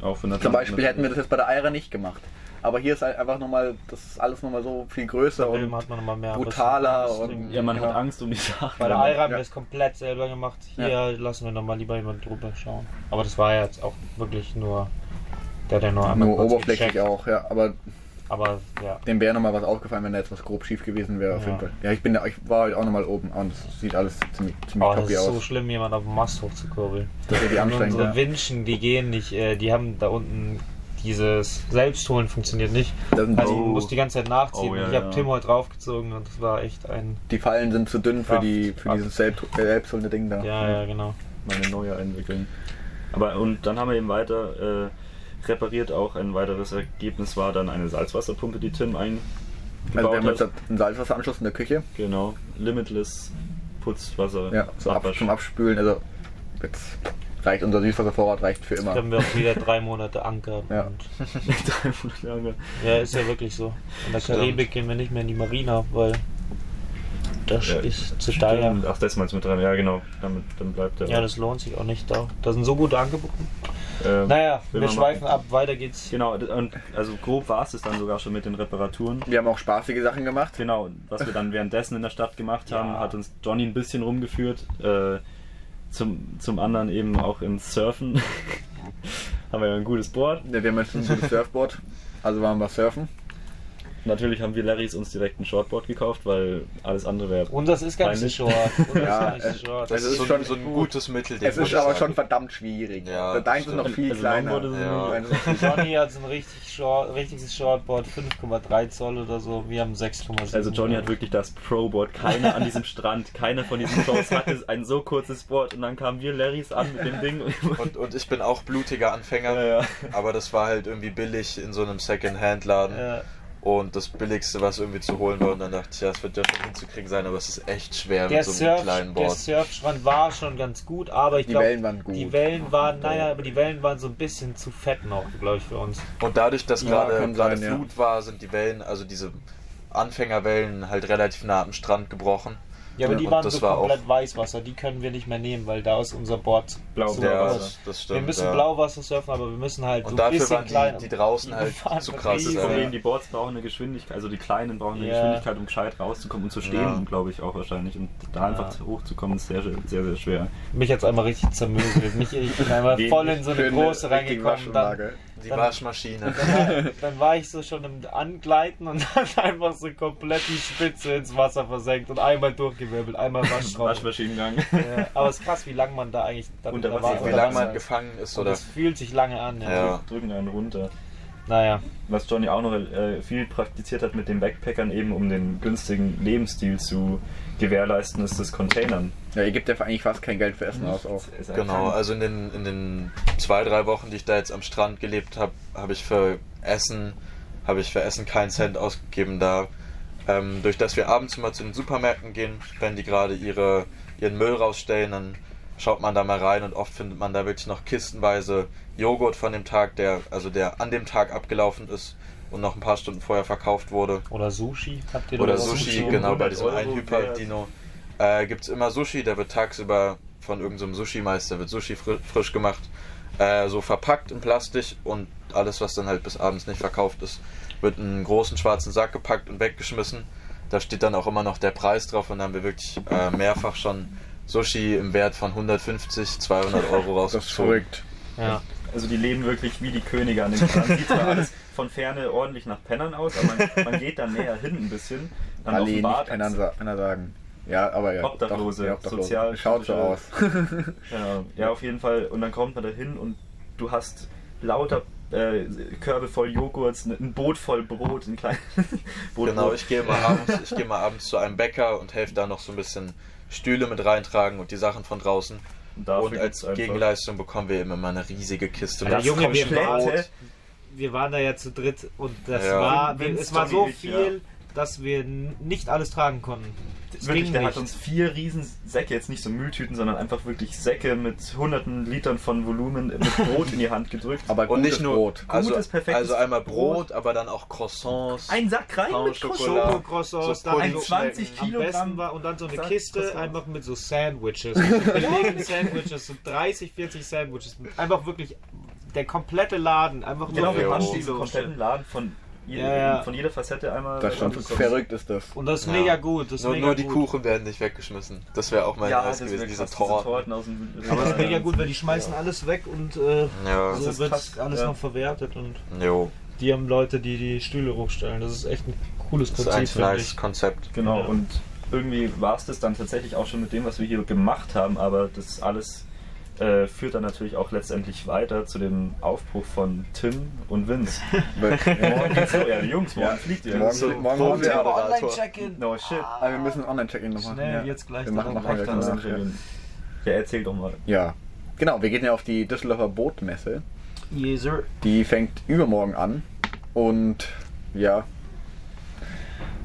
[SPEAKER 2] Auch von der
[SPEAKER 3] Zum Beispiel hätten wir das jetzt bei der Eira nicht gemacht. Aber hier ist halt einfach nochmal, das ist alles nochmal so viel größer
[SPEAKER 1] Film
[SPEAKER 3] und
[SPEAKER 1] hat man nochmal mehr.
[SPEAKER 3] brutaler
[SPEAKER 1] Angst.
[SPEAKER 3] und
[SPEAKER 2] Ja, man hat
[SPEAKER 3] genau.
[SPEAKER 2] Angst um die Sache.
[SPEAKER 1] Bei der Eira haben
[SPEAKER 3] Ja.
[SPEAKER 1] wir es komplett selber gemacht. Hier
[SPEAKER 3] Ja.
[SPEAKER 1] lassen wir nochmal lieber jemand drüber schauen. Aber das war jetzt auch wirklich nur der, der nur einmal
[SPEAKER 3] Nur
[SPEAKER 1] kurz
[SPEAKER 3] oberflächlich
[SPEAKER 1] gecheckt.
[SPEAKER 3] auch, ja. Aber
[SPEAKER 1] Aber ja,
[SPEAKER 3] dem wäre nochmal was aufgefallen, wenn da jetzt was grob schief gewesen wäre, auf
[SPEAKER 1] Ja.
[SPEAKER 3] jeden Fall. Ja, ich bin da, ich war heute auch nochmal oben und es sieht alles ziemlich, ziemlich
[SPEAKER 1] aber Oh, das
[SPEAKER 3] copy
[SPEAKER 1] ist so
[SPEAKER 3] aus.
[SPEAKER 1] schlimm, jemand auf dem Mast hochzukurbeln.
[SPEAKER 3] Das ist die
[SPEAKER 1] Und
[SPEAKER 3] anstrengend.
[SPEAKER 1] unsere
[SPEAKER 3] Ja.
[SPEAKER 1] Winschen, die gehen nicht, äh, die haben da unten dieses Selbstholen funktioniert nicht.
[SPEAKER 3] Das sind
[SPEAKER 1] Also
[SPEAKER 3] die-
[SPEAKER 1] ich muss die ganze Zeit nachziehen.
[SPEAKER 2] Oh, ja,
[SPEAKER 1] und ich habe
[SPEAKER 2] ja.
[SPEAKER 1] Tim heute draufgezogen und das war echt ein.
[SPEAKER 3] Die Fallen sind zu dünn für,
[SPEAKER 1] Kraft,
[SPEAKER 3] die, für
[SPEAKER 1] Kraft.
[SPEAKER 3] dieses selbst, äh, selbstholende Ding da.
[SPEAKER 1] Ja, ja, genau.
[SPEAKER 2] meine neue einwickeln. Aber und dann haben wir eben weiter äh, repariert. Auch ein weiteres Ergebnis war dann eine Salzwasserpumpe, die Tim
[SPEAKER 3] also wir
[SPEAKER 2] eingebaut
[SPEAKER 3] haben jetzt
[SPEAKER 2] hat.
[SPEAKER 3] einen Salzwasseranschluss in der Küche.
[SPEAKER 2] Genau. Limitless Putzwasser.
[SPEAKER 3] Ja, so ab,
[SPEAKER 2] Abwasch.
[SPEAKER 3] zum Abspülen. Also jetzt reicht unser Süßwasservorrat reicht für immer.
[SPEAKER 1] Können wir auch wieder drei Monate ankern.
[SPEAKER 3] Ja.
[SPEAKER 1] Und
[SPEAKER 2] Drei Monate lang.
[SPEAKER 1] Ja, ist ja wirklich so. In der Karibik gehen wir nicht mehr in die Marina, weil das
[SPEAKER 2] Ja,
[SPEAKER 1] ist zu teuer.
[SPEAKER 2] Stimmt. Ach, das meinst du mit dran. Ja, genau. Damit, dann bleibt der.
[SPEAKER 1] Ja, das lohnt sich auch nicht da. Da sind so gute Angebote.
[SPEAKER 2] Ähm,
[SPEAKER 1] Naja,
[SPEAKER 2] will
[SPEAKER 1] wir
[SPEAKER 2] man
[SPEAKER 1] schweifen
[SPEAKER 2] machen.
[SPEAKER 1] ab, weiter geht's.
[SPEAKER 2] Genau, d- und also grob war es das dann sogar schon mit den Reparaturen.
[SPEAKER 3] Wir haben auch spaßige Sachen gemacht.
[SPEAKER 2] Genau, und was wir dann währenddessen in der Stadt gemacht haben,
[SPEAKER 1] Ja.
[SPEAKER 2] hat uns Johnny ein bisschen rumgeführt. Äh, zum, zum anderen eben auch ins Surfen. haben wir ja ein gutes Board.
[SPEAKER 3] Ja, Wir haben jetzt ein gutes Surfboard. Also waren wir surfen.
[SPEAKER 2] Natürlich haben wir Larrys uns direkt ein Shortboard gekauft, weil alles andere wäre.
[SPEAKER 1] Unseres ist gar nicht so
[SPEAKER 2] Peinlich.
[SPEAKER 1] short. Unseres
[SPEAKER 3] Ja,
[SPEAKER 1] ist gar nicht
[SPEAKER 3] äh,
[SPEAKER 1] so short.
[SPEAKER 3] das
[SPEAKER 4] Das ist,
[SPEAKER 3] ist
[SPEAKER 4] so,
[SPEAKER 3] schon
[SPEAKER 4] ein- so ein
[SPEAKER 3] gut.
[SPEAKER 4] gutes Mittel.
[SPEAKER 3] Es ist aber schon verdammt schwierig.
[SPEAKER 4] Ja,
[SPEAKER 3] Ja, Deins ist
[SPEAKER 4] stimmt.
[SPEAKER 3] noch viel
[SPEAKER 2] Also Longboard
[SPEAKER 3] kleiner.
[SPEAKER 2] ist-
[SPEAKER 4] Ja.
[SPEAKER 3] Deins ist-
[SPEAKER 1] Johnny hat so ein richtig short, richtiges Shortboard, 5,3 Zoll oder so. Wir haben 6,7.
[SPEAKER 2] Also Johnny hat wirklich das Pro-Board. Keiner an diesem Strand, keiner von diesen Shows hatte ein so kurzes Board und dann kamen wir Larrys an mit dem Ding und,
[SPEAKER 4] Und, und ich bin auch blutiger Anfänger,
[SPEAKER 2] ja, ja.
[SPEAKER 4] aber das war halt irgendwie billig in so einem Second-Hand-Laden.
[SPEAKER 1] Ja.
[SPEAKER 4] Und das billigste, was irgendwie zu holen war. Und dann dachte ich, ja, es wird ja schon hinzukriegen sein, aber es ist echt schwer
[SPEAKER 1] Der,
[SPEAKER 4] mit so einem
[SPEAKER 1] Surf,
[SPEAKER 4] kleinen
[SPEAKER 1] der
[SPEAKER 4] Board.
[SPEAKER 1] Surfstrand war schon ganz gut, aber ich
[SPEAKER 3] Die
[SPEAKER 1] glaube,
[SPEAKER 3] Wellen waren gut.
[SPEAKER 1] die Wellen waren, naja, aber die Wellen waren so ein bisschen zu fett noch, glaube ich, für uns.
[SPEAKER 4] Und dadurch, dass
[SPEAKER 3] Ja,
[SPEAKER 4] gerade
[SPEAKER 3] kann
[SPEAKER 4] gerade
[SPEAKER 3] sein, ja.
[SPEAKER 4] Flut war, sind die Wellen, also diese Anfängerwellen halt relativ nah am Strand gebrochen.
[SPEAKER 1] Ja, aber
[SPEAKER 4] Ja,
[SPEAKER 1] die
[SPEAKER 4] und
[SPEAKER 1] waren
[SPEAKER 4] das
[SPEAKER 1] so
[SPEAKER 4] war
[SPEAKER 1] komplett Weißwasser, die können wir nicht mehr nehmen, weil da ist unser Board
[SPEAKER 2] Blau-
[SPEAKER 1] zu
[SPEAKER 2] Ja,
[SPEAKER 4] Ja,
[SPEAKER 1] groß.
[SPEAKER 4] das, das stimmt.
[SPEAKER 1] wir müssen
[SPEAKER 4] ja.
[SPEAKER 1] Blauwasser surfen, aber wir müssen halt
[SPEAKER 4] Und
[SPEAKER 1] so ein
[SPEAKER 4] dafür
[SPEAKER 1] bisschen
[SPEAKER 4] waren
[SPEAKER 1] klein.
[SPEAKER 4] die, die draußen
[SPEAKER 1] Die
[SPEAKER 4] halt
[SPEAKER 1] waren
[SPEAKER 4] zu krass.
[SPEAKER 1] riesig.
[SPEAKER 4] ja.
[SPEAKER 2] Problem, die Boards brauchen eine Geschwindigkeit, also die kleinen brauchen eine
[SPEAKER 1] Ja.
[SPEAKER 2] Geschwindigkeit, um gescheit rauszukommen und zu stehen,
[SPEAKER 4] Ja.
[SPEAKER 2] glaube ich auch wahrscheinlich. Und da einfach
[SPEAKER 1] Ja.
[SPEAKER 2] hochzukommen ist sehr, sehr, sehr schwer.
[SPEAKER 1] Mich hat's einmal richtig zermöselt. Mich, ich bin einmal
[SPEAKER 2] Wenig
[SPEAKER 1] voll in so Also eine
[SPEAKER 3] Schön,
[SPEAKER 1] große
[SPEAKER 3] richtig
[SPEAKER 1] reingekommen. Dann,
[SPEAKER 3] Waschanlage.
[SPEAKER 4] Die
[SPEAKER 1] Dann-
[SPEAKER 4] Waschmaschine.
[SPEAKER 1] dann, war, dann war ich so schon im Angleiten und dann einfach so komplett die Spitze ins Wasser versenkt und einmal durchgewirbelt, einmal Waschraum.
[SPEAKER 2] Waschmaschinengang.
[SPEAKER 1] Ja, aber es ist krass, wie lange man da eigentlich damit
[SPEAKER 2] Unter
[SPEAKER 1] da
[SPEAKER 2] Wasser.
[SPEAKER 1] war.
[SPEAKER 4] Wie
[SPEAKER 2] Oder
[SPEAKER 4] lange man
[SPEAKER 1] Und
[SPEAKER 4] gefangen ist, oder?
[SPEAKER 1] Das fühlt sich lange an. Ja.
[SPEAKER 4] Ja.
[SPEAKER 2] Drücken einen runter.
[SPEAKER 1] Naja,
[SPEAKER 2] was Johnny auch noch äh, viel praktiziert hat mit den Backpackern, eben um den günstigen Lebensstil zu gewährleisten, ist das Containern.
[SPEAKER 3] Ja, ihr gebt ja eigentlich fast kein Geld für Essen aus. Auch.
[SPEAKER 2] Es ist
[SPEAKER 4] Genau,
[SPEAKER 2] ein-
[SPEAKER 4] also in den, in den zwei, drei Wochen, die ich da jetzt am Strand gelebt habe, habe ich für Essen, habe ich für Essen keinen Cent ausgegeben da. Ähm, durch das wir abends immer zu den Supermärkten gehen, wenn die gerade ihre, ihren Müll rausstellen, dann schaut man da mal rein und oft findet man da wirklich noch kistenweise Joghurt von dem Tag, der, also der an dem Tag abgelaufen ist und noch ein paar Stunden vorher verkauft wurde.
[SPEAKER 1] oder Sushi habt ihr
[SPEAKER 4] Oder
[SPEAKER 1] noch was?
[SPEAKER 4] Sushi,
[SPEAKER 2] Sushi,
[SPEAKER 4] genau, bei
[SPEAKER 2] 100
[SPEAKER 4] diesem
[SPEAKER 2] Euro
[SPEAKER 4] einen
[SPEAKER 2] wert.
[SPEAKER 4] Hyper-Dino. Äh, gibt's immer Sushi, der wird tagsüber von irgendeinem Sushi-Meister, wird Sushi fri frisch gemacht, äh, so verpackt in Plastik und alles, was dann halt bis abends nicht verkauft ist, wird in einen großen schwarzen Sack gepackt und weggeschmissen. Da steht dann auch immer noch der Preis drauf und da haben wir wirklich äh, mehrfach schon Sushi im Wert von 150, 200 Euro
[SPEAKER 3] Das ist
[SPEAKER 4] rausgezogen.
[SPEAKER 3] verrückt.
[SPEAKER 1] Ja.
[SPEAKER 2] Also die leben wirklich wie die Könige an dem Strand. Sieht zwar alles von Ferne ordentlich nach Pennern aus, aber man, man geht dann näher hin ein bisschen. Dann
[SPEAKER 3] Ali, nicht
[SPEAKER 2] offenbart-
[SPEAKER 3] Penner, sa- Penner sagen. Ja, aber ja.
[SPEAKER 2] Obdachlose,
[SPEAKER 3] doch, ja,
[SPEAKER 2] sozial-
[SPEAKER 3] Schaut so aus.
[SPEAKER 2] Ja, Genau, ja, auf jeden Fall. Und dann kommt man da hin und du hast lauter äh, Körbe voll Joghurts, ne, ein Boot voll Brot, ein kleines Boot.
[SPEAKER 4] Genau,
[SPEAKER 2] Brot.
[SPEAKER 4] ich gehe mal abends, ich gehe mal abends zu einem Bäcker und helfe da noch so ein bisschen Stühle mit reintragen und die Sachen von draußen.
[SPEAKER 2] Und dafür
[SPEAKER 4] und als
[SPEAKER 2] gibt's einfach-
[SPEAKER 4] Gegenleistung bekommen wir eben immer eine riesige Kiste.
[SPEAKER 1] Alter,
[SPEAKER 4] mit
[SPEAKER 1] Junge, wir
[SPEAKER 4] komplett-
[SPEAKER 1] waren-
[SPEAKER 2] Komplette-
[SPEAKER 1] Wir waren da ja zu dritt und das
[SPEAKER 4] Ja.
[SPEAKER 1] war,
[SPEAKER 2] Wenn's
[SPEAKER 1] es war so
[SPEAKER 2] Johnny nicht,
[SPEAKER 1] viel, dass wir n- nicht alles tragen konnten. Es
[SPEAKER 2] Wirklich,
[SPEAKER 1] ging
[SPEAKER 2] der
[SPEAKER 1] nicht.
[SPEAKER 2] hat uns vier riesen Säcke, jetzt nicht so Mülltüten, sondern einfach wirklich Säcke mit hunderten Litern von Volumen mit Brot in die Hand gedrückt.
[SPEAKER 3] Aber
[SPEAKER 4] und
[SPEAKER 3] gutes
[SPEAKER 4] nicht nur
[SPEAKER 3] Brot.
[SPEAKER 4] Also,
[SPEAKER 2] Gutes, perfektes
[SPEAKER 4] also einmal Brot, aber dann auch Croissants.
[SPEAKER 2] ein Sack rein mit
[SPEAKER 4] Schokolade.
[SPEAKER 2] Schokolade.
[SPEAKER 1] Schokocroissants,
[SPEAKER 4] So
[SPEAKER 1] dann
[SPEAKER 4] ein
[SPEAKER 1] so-
[SPEAKER 2] 20
[SPEAKER 1] am
[SPEAKER 2] Kilogramm
[SPEAKER 1] besten war und dann so eine
[SPEAKER 2] Sack
[SPEAKER 1] Kiste
[SPEAKER 2] Croissants.
[SPEAKER 1] einfach mit so Sandwiches, so billigen Sandwiches, so 30, 40 Sandwiches, einfach wirklich der komplette Laden, einfach nur
[SPEAKER 2] Genau, wir
[SPEAKER 4] Ja,
[SPEAKER 2] haben
[SPEAKER 4] oh.
[SPEAKER 2] diesen kompletten Laden von, je,
[SPEAKER 1] Ja, ja.
[SPEAKER 2] von jeder Facette einmal.
[SPEAKER 3] Das ist schon
[SPEAKER 2] angeguckt.
[SPEAKER 3] verrückt ist das.
[SPEAKER 1] und das ist
[SPEAKER 4] Ja.
[SPEAKER 1] mega gut. Das ist
[SPEAKER 4] Nur,
[SPEAKER 1] mega
[SPEAKER 4] nur die
[SPEAKER 1] gut.
[SPEAKER 4] Kuchen werden nicht weggeschmissen. Das wäre auch mein
[SPEAKER 2] Ja, das
[SPEAKER 4] Eis gewesen,
[SPEAKER 2] gewesen,
[SPEAKER 4] diese
[SPEAKER 2] Torten.
[SPEAKER 4] Torten.
[SPEAKER 2] aus dem
[SPEAKER 1] Aber es ist mega gut, weil die schmeißen
[SPEAKER 2] Ja.
[SPEAKER 1] alles weg und äh,
[SPEAKER 4] Ja,
[SPEAKER 1] so
[SPEAKER 2] ist
[SPEAKER 1] wird
[SPEAKER 2] krass,
[SPEAKER 1] alles
[SPEAKER 2] ja.
[SPEAKER 1] noch verwertet und
[SPEAKER 4] jo,
[SPEAKER 1] die haben Leute, die die Stühle hochstellen. Das ist echt ein cooles
[SPEAKER 4] das ist
[SPEAKER 1] Prinzip,
[SPEAKER 4] eigentlich ein
[SPEAKER 1] finde
[SPEAKER 4] nice
[SPEAKER 1] ich.
[SPEAKER 4] Konzept.
[SPEAKER 2] Genau,
[SPEAKER 1] Ja.
[SPEAKER 2] und irgendwie war es das dann tatsächlich auch schon mit dem, was wir hier gemacht haben, aber das alles äh, führt dann natürlich auch letztendlich weiter zu dem Aufbruch von Tim und Vince.
[SPEAKER 3] Weil-
[SPEAKER 2] Morgen geht's los. Ja, die Jungs, morgen fliegt ihr.
[SPEAKER 3] Morgen,
[SPEAKER 4] So,
[SPEAKER 3] morgen
[SPEAKER 4] Brot-
[SPEAKER 3] haben wir aber.
[SPEAKER 1] Online-Check-In.
[SPEAKER 2] No shit.
[SPEAKER 3] Ah, wir müssen Online-Check-In noch machen.
[SPEAKER 1] Schnell,
[SPEAKER 3] ja.
[SPEAKER 1] jetzt gleich
[SPEAKER 3] Wir machen
[SPEAKER 1] dann
[SPEAKER 3] noch
[SPEAKER 1] gleich
[SPEAKER 2] Dann sind wir
[SPEAKER 3] Online-Check-In.
[SPEAKER 2] drin. Ja, erzähl doch mal.
[SPEAKER 3] Ja. Genau, wir gehen ja auf die Düsseldorfer Bootmesse.
[SPEAKER 1] Yes, sir.
[SPEAKER 3] Die fängt übermorgen an. Und ja,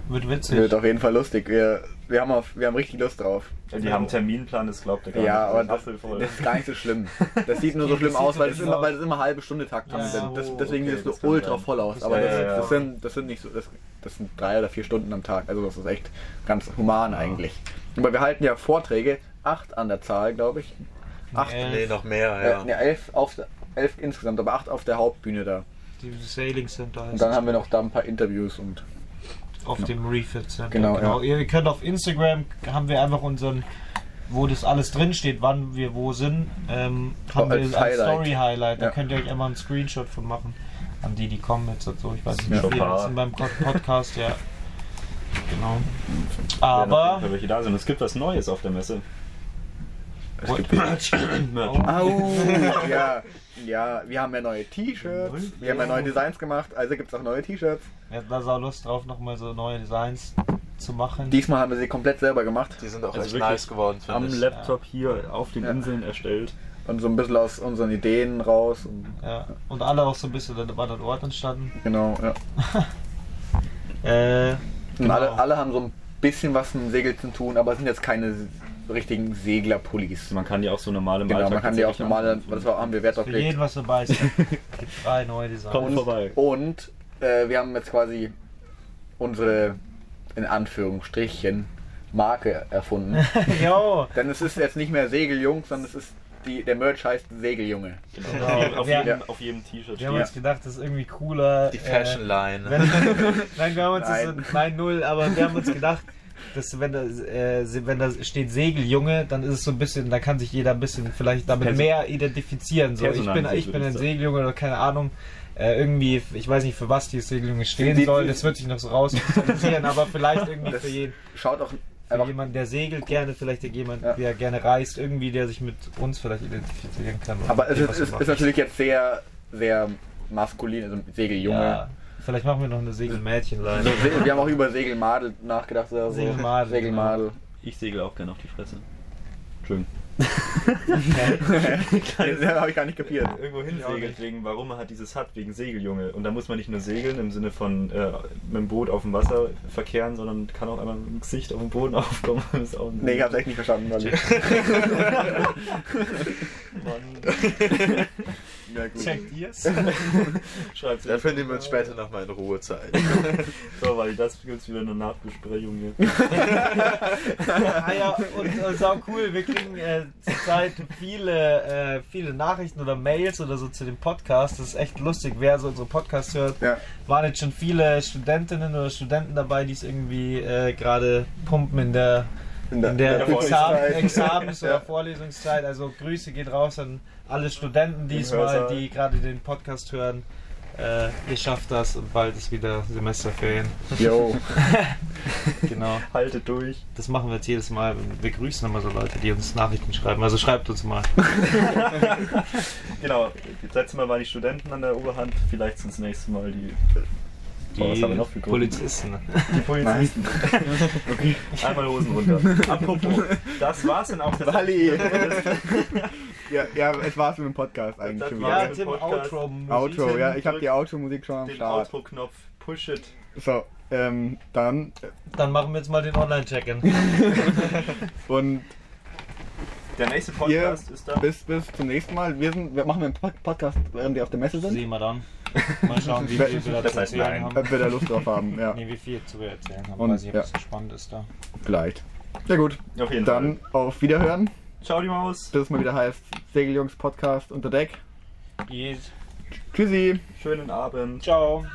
[SPEAKER 1] Wird witzig.
[SPEAKER 3] wird auf jeden Fall lustig. Wir, wir, haben, auf, wir haben richtig Lust drauf.
[SPEAKER 2] Ja, die haben einen Terminplan, das glaubt ihr gar
[SPEAKER 3] Ja, aber
[SPEAKER 2] nicht.
[SPEAKER 3] das,
[SPEAKER 2] Apfel voll.
[SPEAKER 3] das ist gar nicht so schlimm. Das sieht nur so
[SPEAKER 1] Okay,
[SPEAKER 3] schlimm
[SPEAKER 1] das
[SPEAKER 3] aus,
[SPEAKER 1] sieht
[SPEAKER 3] weil
[SPEAKER 1] so
[SPEAKER 3] es
[SPEAKER 1] schlimm
[SPEAKER 3] immer, weil es immer halbe Stunde Takt haben.
[SPEAKER 1] Ja,
[SPEAKER 3] sind. das,
[SPEAKER 1] so,
[SPEAKER 3] deswegen
[SPEAKER 2] okay,
[SPEAKER 3] sieht es
[SPEAKER 2] das
[SPEAKER 3] so
[SPEAKER 2] kann
[SPEAKER 3] ultra
[SPEAKER 2] sein.
[SPEAKER 3] voll aus.
[SPEAKER 1] Das
[SPEAKER 3] Aber
[SPEAKER 1] ist
[SPEAKER 3] das,
[SPEAKER 2] ja, ja,
[SPEAKER 3] das,
[SPEAKER 2] ja.
[SPEAKER 3] sind, das sind nicht so, das, das sind drei oder vier Stunden am Tag. Also das ist echt ganz human eigentlich. Aber wir halten ja Vorträge, acht an der Zahl, glaube ich. Acht,
[SPEAKER 1] Elf.
[SPEAKER 4] Nee, noch
[SPEAKER 3] äh,
[SPEAKER 4] mehr,
[SPEAKER 3] ne,
[SPEAKER 4] ja.
[SPEAKER 3] elf, auf, der- elf insgesamt, aber acht auf der Hauptbühne da.
[SPEAKER 1] Die Sailing Center heißt
[SPEAKER 3] Und dann
[SPEAKER 1] es.
[SPEAKER 3] haben wir noch da ein paar Interviews und
[SPEAKER 1] auf dem Refit Center.
[SPEAKER 3] Genau,
[SPEAKER 1] Ihr, ihr könnt auf Instagram, haben wir einfach unseren, wo das alles drinsteht, wann wir wo sind, ähm, haben
[SPEAKER 3] Oh, als
[SPEAKER 1] wir als
[SPEAKER 3] Highlight.
[SPEAKER 1] Story Highlight. Da
[SPEAKER 3] Ja.
[SPEAKER 1] könnt ihr euch einmal einen Screenshot von machen. An die, die kommen jetzt und so. Ich weiß nicht,
[SPEAKER 2] Ja.
[SPEAKER 1] wie viele
[SPEAKER 2] Chopin.
[SPEAKER 1] das sind beim Pod- Podcast, ja. Genau.
[SPEAKER 2] Werden auf jeden
[SPEAKER 1] Aber.
[SPEAKER 2] Fall welche da sind. Es gibt was Neues auf der Messe.
[SPEAKER 3] Au, ja, ja, wir haben ja neue T-Shirts, wir haben ja neue Designs gemacht, also gibt es auch neue T-Shirts.
[SPEAKER 1] Wir hatten da sau Lust drauf, nochmal so neue Designs zu machen.
[SPEAKER 3] Diesmal haben wir sie komplett selber gemacht
[SPEAKER 4] Die sind auch
[SPEAKER 2] Also
[SPEAKER 4] echt
[SPEAKER 2] wirklich
[SPEAKER 4] nice geworden,
[SPEAKER 2] Am
[SPEAKER 4] finde ich.
[SPEAKER 2] Laptop hier auf den
[SPEAKER 3] Ja.
[SPEAKER 2] Inseln erstellt.
[SPEAKER 3] und so ein bisschen aus unseren Ideen raus. Und,
[SPEAKER 1] ja. Und alle auch so ein bisschen an einem anderen Ort entstanden.
[SPEAKER 3] genau, ja.
[SPEAKER 1] Äh,
[SPEAKER 3] Und alle, alle haben so ein bisschen was mit dem Segel zu tun, aber es sind jetzt keine richtigen Seglerpullis.
[SPEAKER 2] Man kann die auch so normal im
[SPEAKER 3] Genau,
[SPEAKER 2] Alltag
[SPEAKER 3] man kann die auch
[SPEAKER 2] tatsächlich
[SPEAKER 3] normale,
[SPEAKER 2] anziehen.
[SPEAKER 3] das war, haben wir Wert drauf
[SPEAKER 1] für jeden
[SPEAKER 3] gelegt.
[SPEAKER 1] was dabei ist. Gibt drei neue Designs.
[SPEAKER 2] Kommt vorbei.
[SPEAKER 3] Und äh, wir haben jetzt quasi unsere, in Anführungsstrichen, Marke erfunden.
[SPEAKER 1] Jo!
[SPEAKER 3] Denn es ist jetzt nicht mehr Segeljung, sondern es ist die, der Merch heißt Segeljunge.
[SPEAKER 2] Genau.
[SPEAKER 1] Genau.
[SPEAKER 2] Auf,
[SPEAKER 1] Ja.
[SPEAKER 2] jedem, auf jedem T-Shirt.
[SPEAKER 1] Wir haben
[SPEAKER 2] steht-
[SPEAKER 1] uns gedacht, das ist irgendwie cooler.
[SPEAKER 4] Die Fashion
[SPEAKER 1] äh, wenn,
[SPEAKER 4] Line.
[SPEAKER 1] Nein, wir haben uns das
[SPEAKER 3] Nein.
[SPEAKER 1] so, nein, null, aber wir haben uns gedacht, dass wenn da, äh, se- wenn da steht Segeljunge, dann ist es so ein bisschen, da kann sich jeder ein bisschen vielleicht damit
[SPEAKER 2] Perso-
[SPEAKER 1] mehr identifizieren. So, ich bin,
[SPEAKER 2] personalisiert,
[SPEAKER 1] ich bin
[SPEAKER 2] würde ich
[SPEAKER 1] ein
[SPEAKER 2] sagen.
[SPEAKER 1] Segeljunge oder keine Ahnung. Äh, irgendwie, ich weiß nicht, für was dieses Segeljunge stehen
[SPEAKER 3] Die-
[SPEAKER 1] soll, das wird sich noch so rauskristallisieren, aber vielleicht irgendwie für jeden.
[SPEAKER 3] Schaut auch
[SPEAKER 1] Für
[SPEAKER 3] einfach
[SPEAKER 1] jemanden, der segelt gerne, vielleicht der jemand,
[SPEAKER 3] Ja.
[SPEAKER 1] der gerne reist, irgendwie, der sich mit uns vielleicht identifizieren kann. oder
[SPEAKER 3] Aber es
[SPEAKER 1] dem,
[SPEAKER 3] ist,
[SPEAKER 1] was wir
[SPEAKER 3] ist,
[SPEAKER 1] machen.
[SPEAKER 3] ist natürlich jetzt sehr, sehr maskulin, also Segeljunge.
[SPEAKER 1] Ja, vielleicht machen wir noch eine Segelmädchenleine.
[SPEAKER 3] Also, Se- wir haben auch über Segelmadel nachgedacht. oder so.
[SPEAKER 1] Segelmadel,
[SPEAKER 3] Segelmadel. genau.
[SPEAKER 2] Ich segel auch gerne auf die Fresse. Schön.
[SPEAKER 3] Das habe ich gar nicht kapiert.
[SPEAKER 2] Irgendwo hinsegelt, wegen warum hat dieses Hut wegen Segeljunge. Und da muss man nicht nur segeln im Sinne von äh, mit dem Boot auf dem Wasser verkehren, sondern kann auch einmal mit dem Gesicht auf dem Boden aufkommen. Das ist auch ein
[SPEAKER 3] Nee, ich habe es echt nicht verstanden. Weil ja, gut.
[SPEAKER 1] Checkt ihr's?
[SPEAKER 2] Schreibt
[SPEAKER 4] Dann finden wir uns später nochmal in Ruhe Zeit.
[SPEAKER 2] So, weil das gibt's wieder eine Nachbesprechung hier.
[SPEAKER 1] ah ja, und äh, sau cool, wir kriegen äh, zurzeit viele, äh, viele Nachrichten oder Mails oder so zu dem Podcast. Das ist echt lustig, wer so unsere Podcasts hört.
[SPEAKER 3] Ja.
[SPEAKER 1] Waren jetzt schon viele Studentinnen oder Studenten dabei, die es irgendwie äh, gerade pumpen in der,
[SPEAKER 3] In
[SPEAKER 1] in der,
[SPEAKER 2] der
[SPEAKER 1] Examen,
[SPEAKER 3] Vorlesungszeit.
[SPEAKER 1] Examens- oder
[SPEAKER 3] Ja.
[SPEAKER 1] Vorlesungszeit. Also Grüße gehen raus an alle Studenten diesmal,
[SPEAKER 2] Hörsaal.
[SPEAKER 1] die
[SPEAKER 3] halt.
[SPEAKER 1] gerade den Podcast hören. Äh, ihr schafft das und bald ist wieder Semesterferien.
[SPEAKER 3] Yo.
[SPEAKER 1] Genau.
[SPEAKER 2] Haltet durch.
[SPEAKER 1] Das machen wir jetzt jedes Mal. Wir grüßen immer so Leute, die uns Nachrichten schreiben. Also schreibt uns mal.
[SPEAKER 2] Oh, Genau, das letzte Mal waren die Studenten an der Oberhand, vielleicht sind das nächste Mal die,
[SPEAKER 1] Die
[SPEAKER 2] Boah, was haben wir noch für Gruppen?
[SPEAKER 1] Polizisten.
[SPEAKER 2] die Polizisten. Okay, einmal Hosen runter. Apropos, das war's dann auch. Das
[SPEAKER 3] Wally. ja, ja, es war's mit dem Podcast eigentlich
[SPEAKER 2] Das
[SPEAKER 3] schon
[SPEAKER 2] war's.
[SPEAKER 1] Ja,
[SPEAKER 3] wieder.
[SPEAKER 2] mit
[SPEAKER 1] Tim,
[SPEAKER 2] Podcast.
[SPEAKER 1] Outro.
[SPEAKER 3] Outro, ja, ich habe die Outro-Musik schon am
[SPEAKER 2] den
[SPEAKER 3] Start.
[SPEAKER 2] Outro-Knopf, push it.
[SPEAKER 3] So, ähm, dann
[SPEAKER 1] Dann machen wir jetzt mal den Online-Check-In.
[SPEAKER 3] und
[SPEAKER 2] Der nächste
[SPEAKER 3] ihr
[SPEAKER 2] Podcast ist dann.
[SPEAKER 3] bis, bis zum nächsten Mal. Wir sind, wir machen einen Pod- Podcast, während wir auf der Messe sind.
[SPEAKER 1] Sehen wir dann. Mal schauen, wie viel wir
[SPEAKER 2] Das
[SPEAKER 1] dazu
[SPEAKER 2] heißt nein.
[SPEAKER 1] erzählen haben.
[SPEAKER 3] Ob wir da Lust drauf haben, ja,
[SPEAKER 1] Nee, wie viel zu erzählen haben.
[SPEAKER 3] Und,
[SPEAKER 1] Weiß ich, ob
[SPEAKER 3] ja.
[SPEAKER 1] es so spannend ist da.
[SPEAKER 3] vielleicht. Ja gut,
[SPEAKER 2] Auf jeden
[SPEAKER 3] dann
[SPEAKER 2] Fall.
[SPEAKER 3] auf Wiederhören,
[SPEAKER 2] Ciao, die Maus.
[SPEAKER 3] bis es mal wieder heißt Segeljungs Podcast unter Deck.
[SPEAKER 1] Yes.
[SPEAKER 3] Tschüssi.
[SPEAKER 2] Schönen Abend.
[SPEAKER 1] Ciao.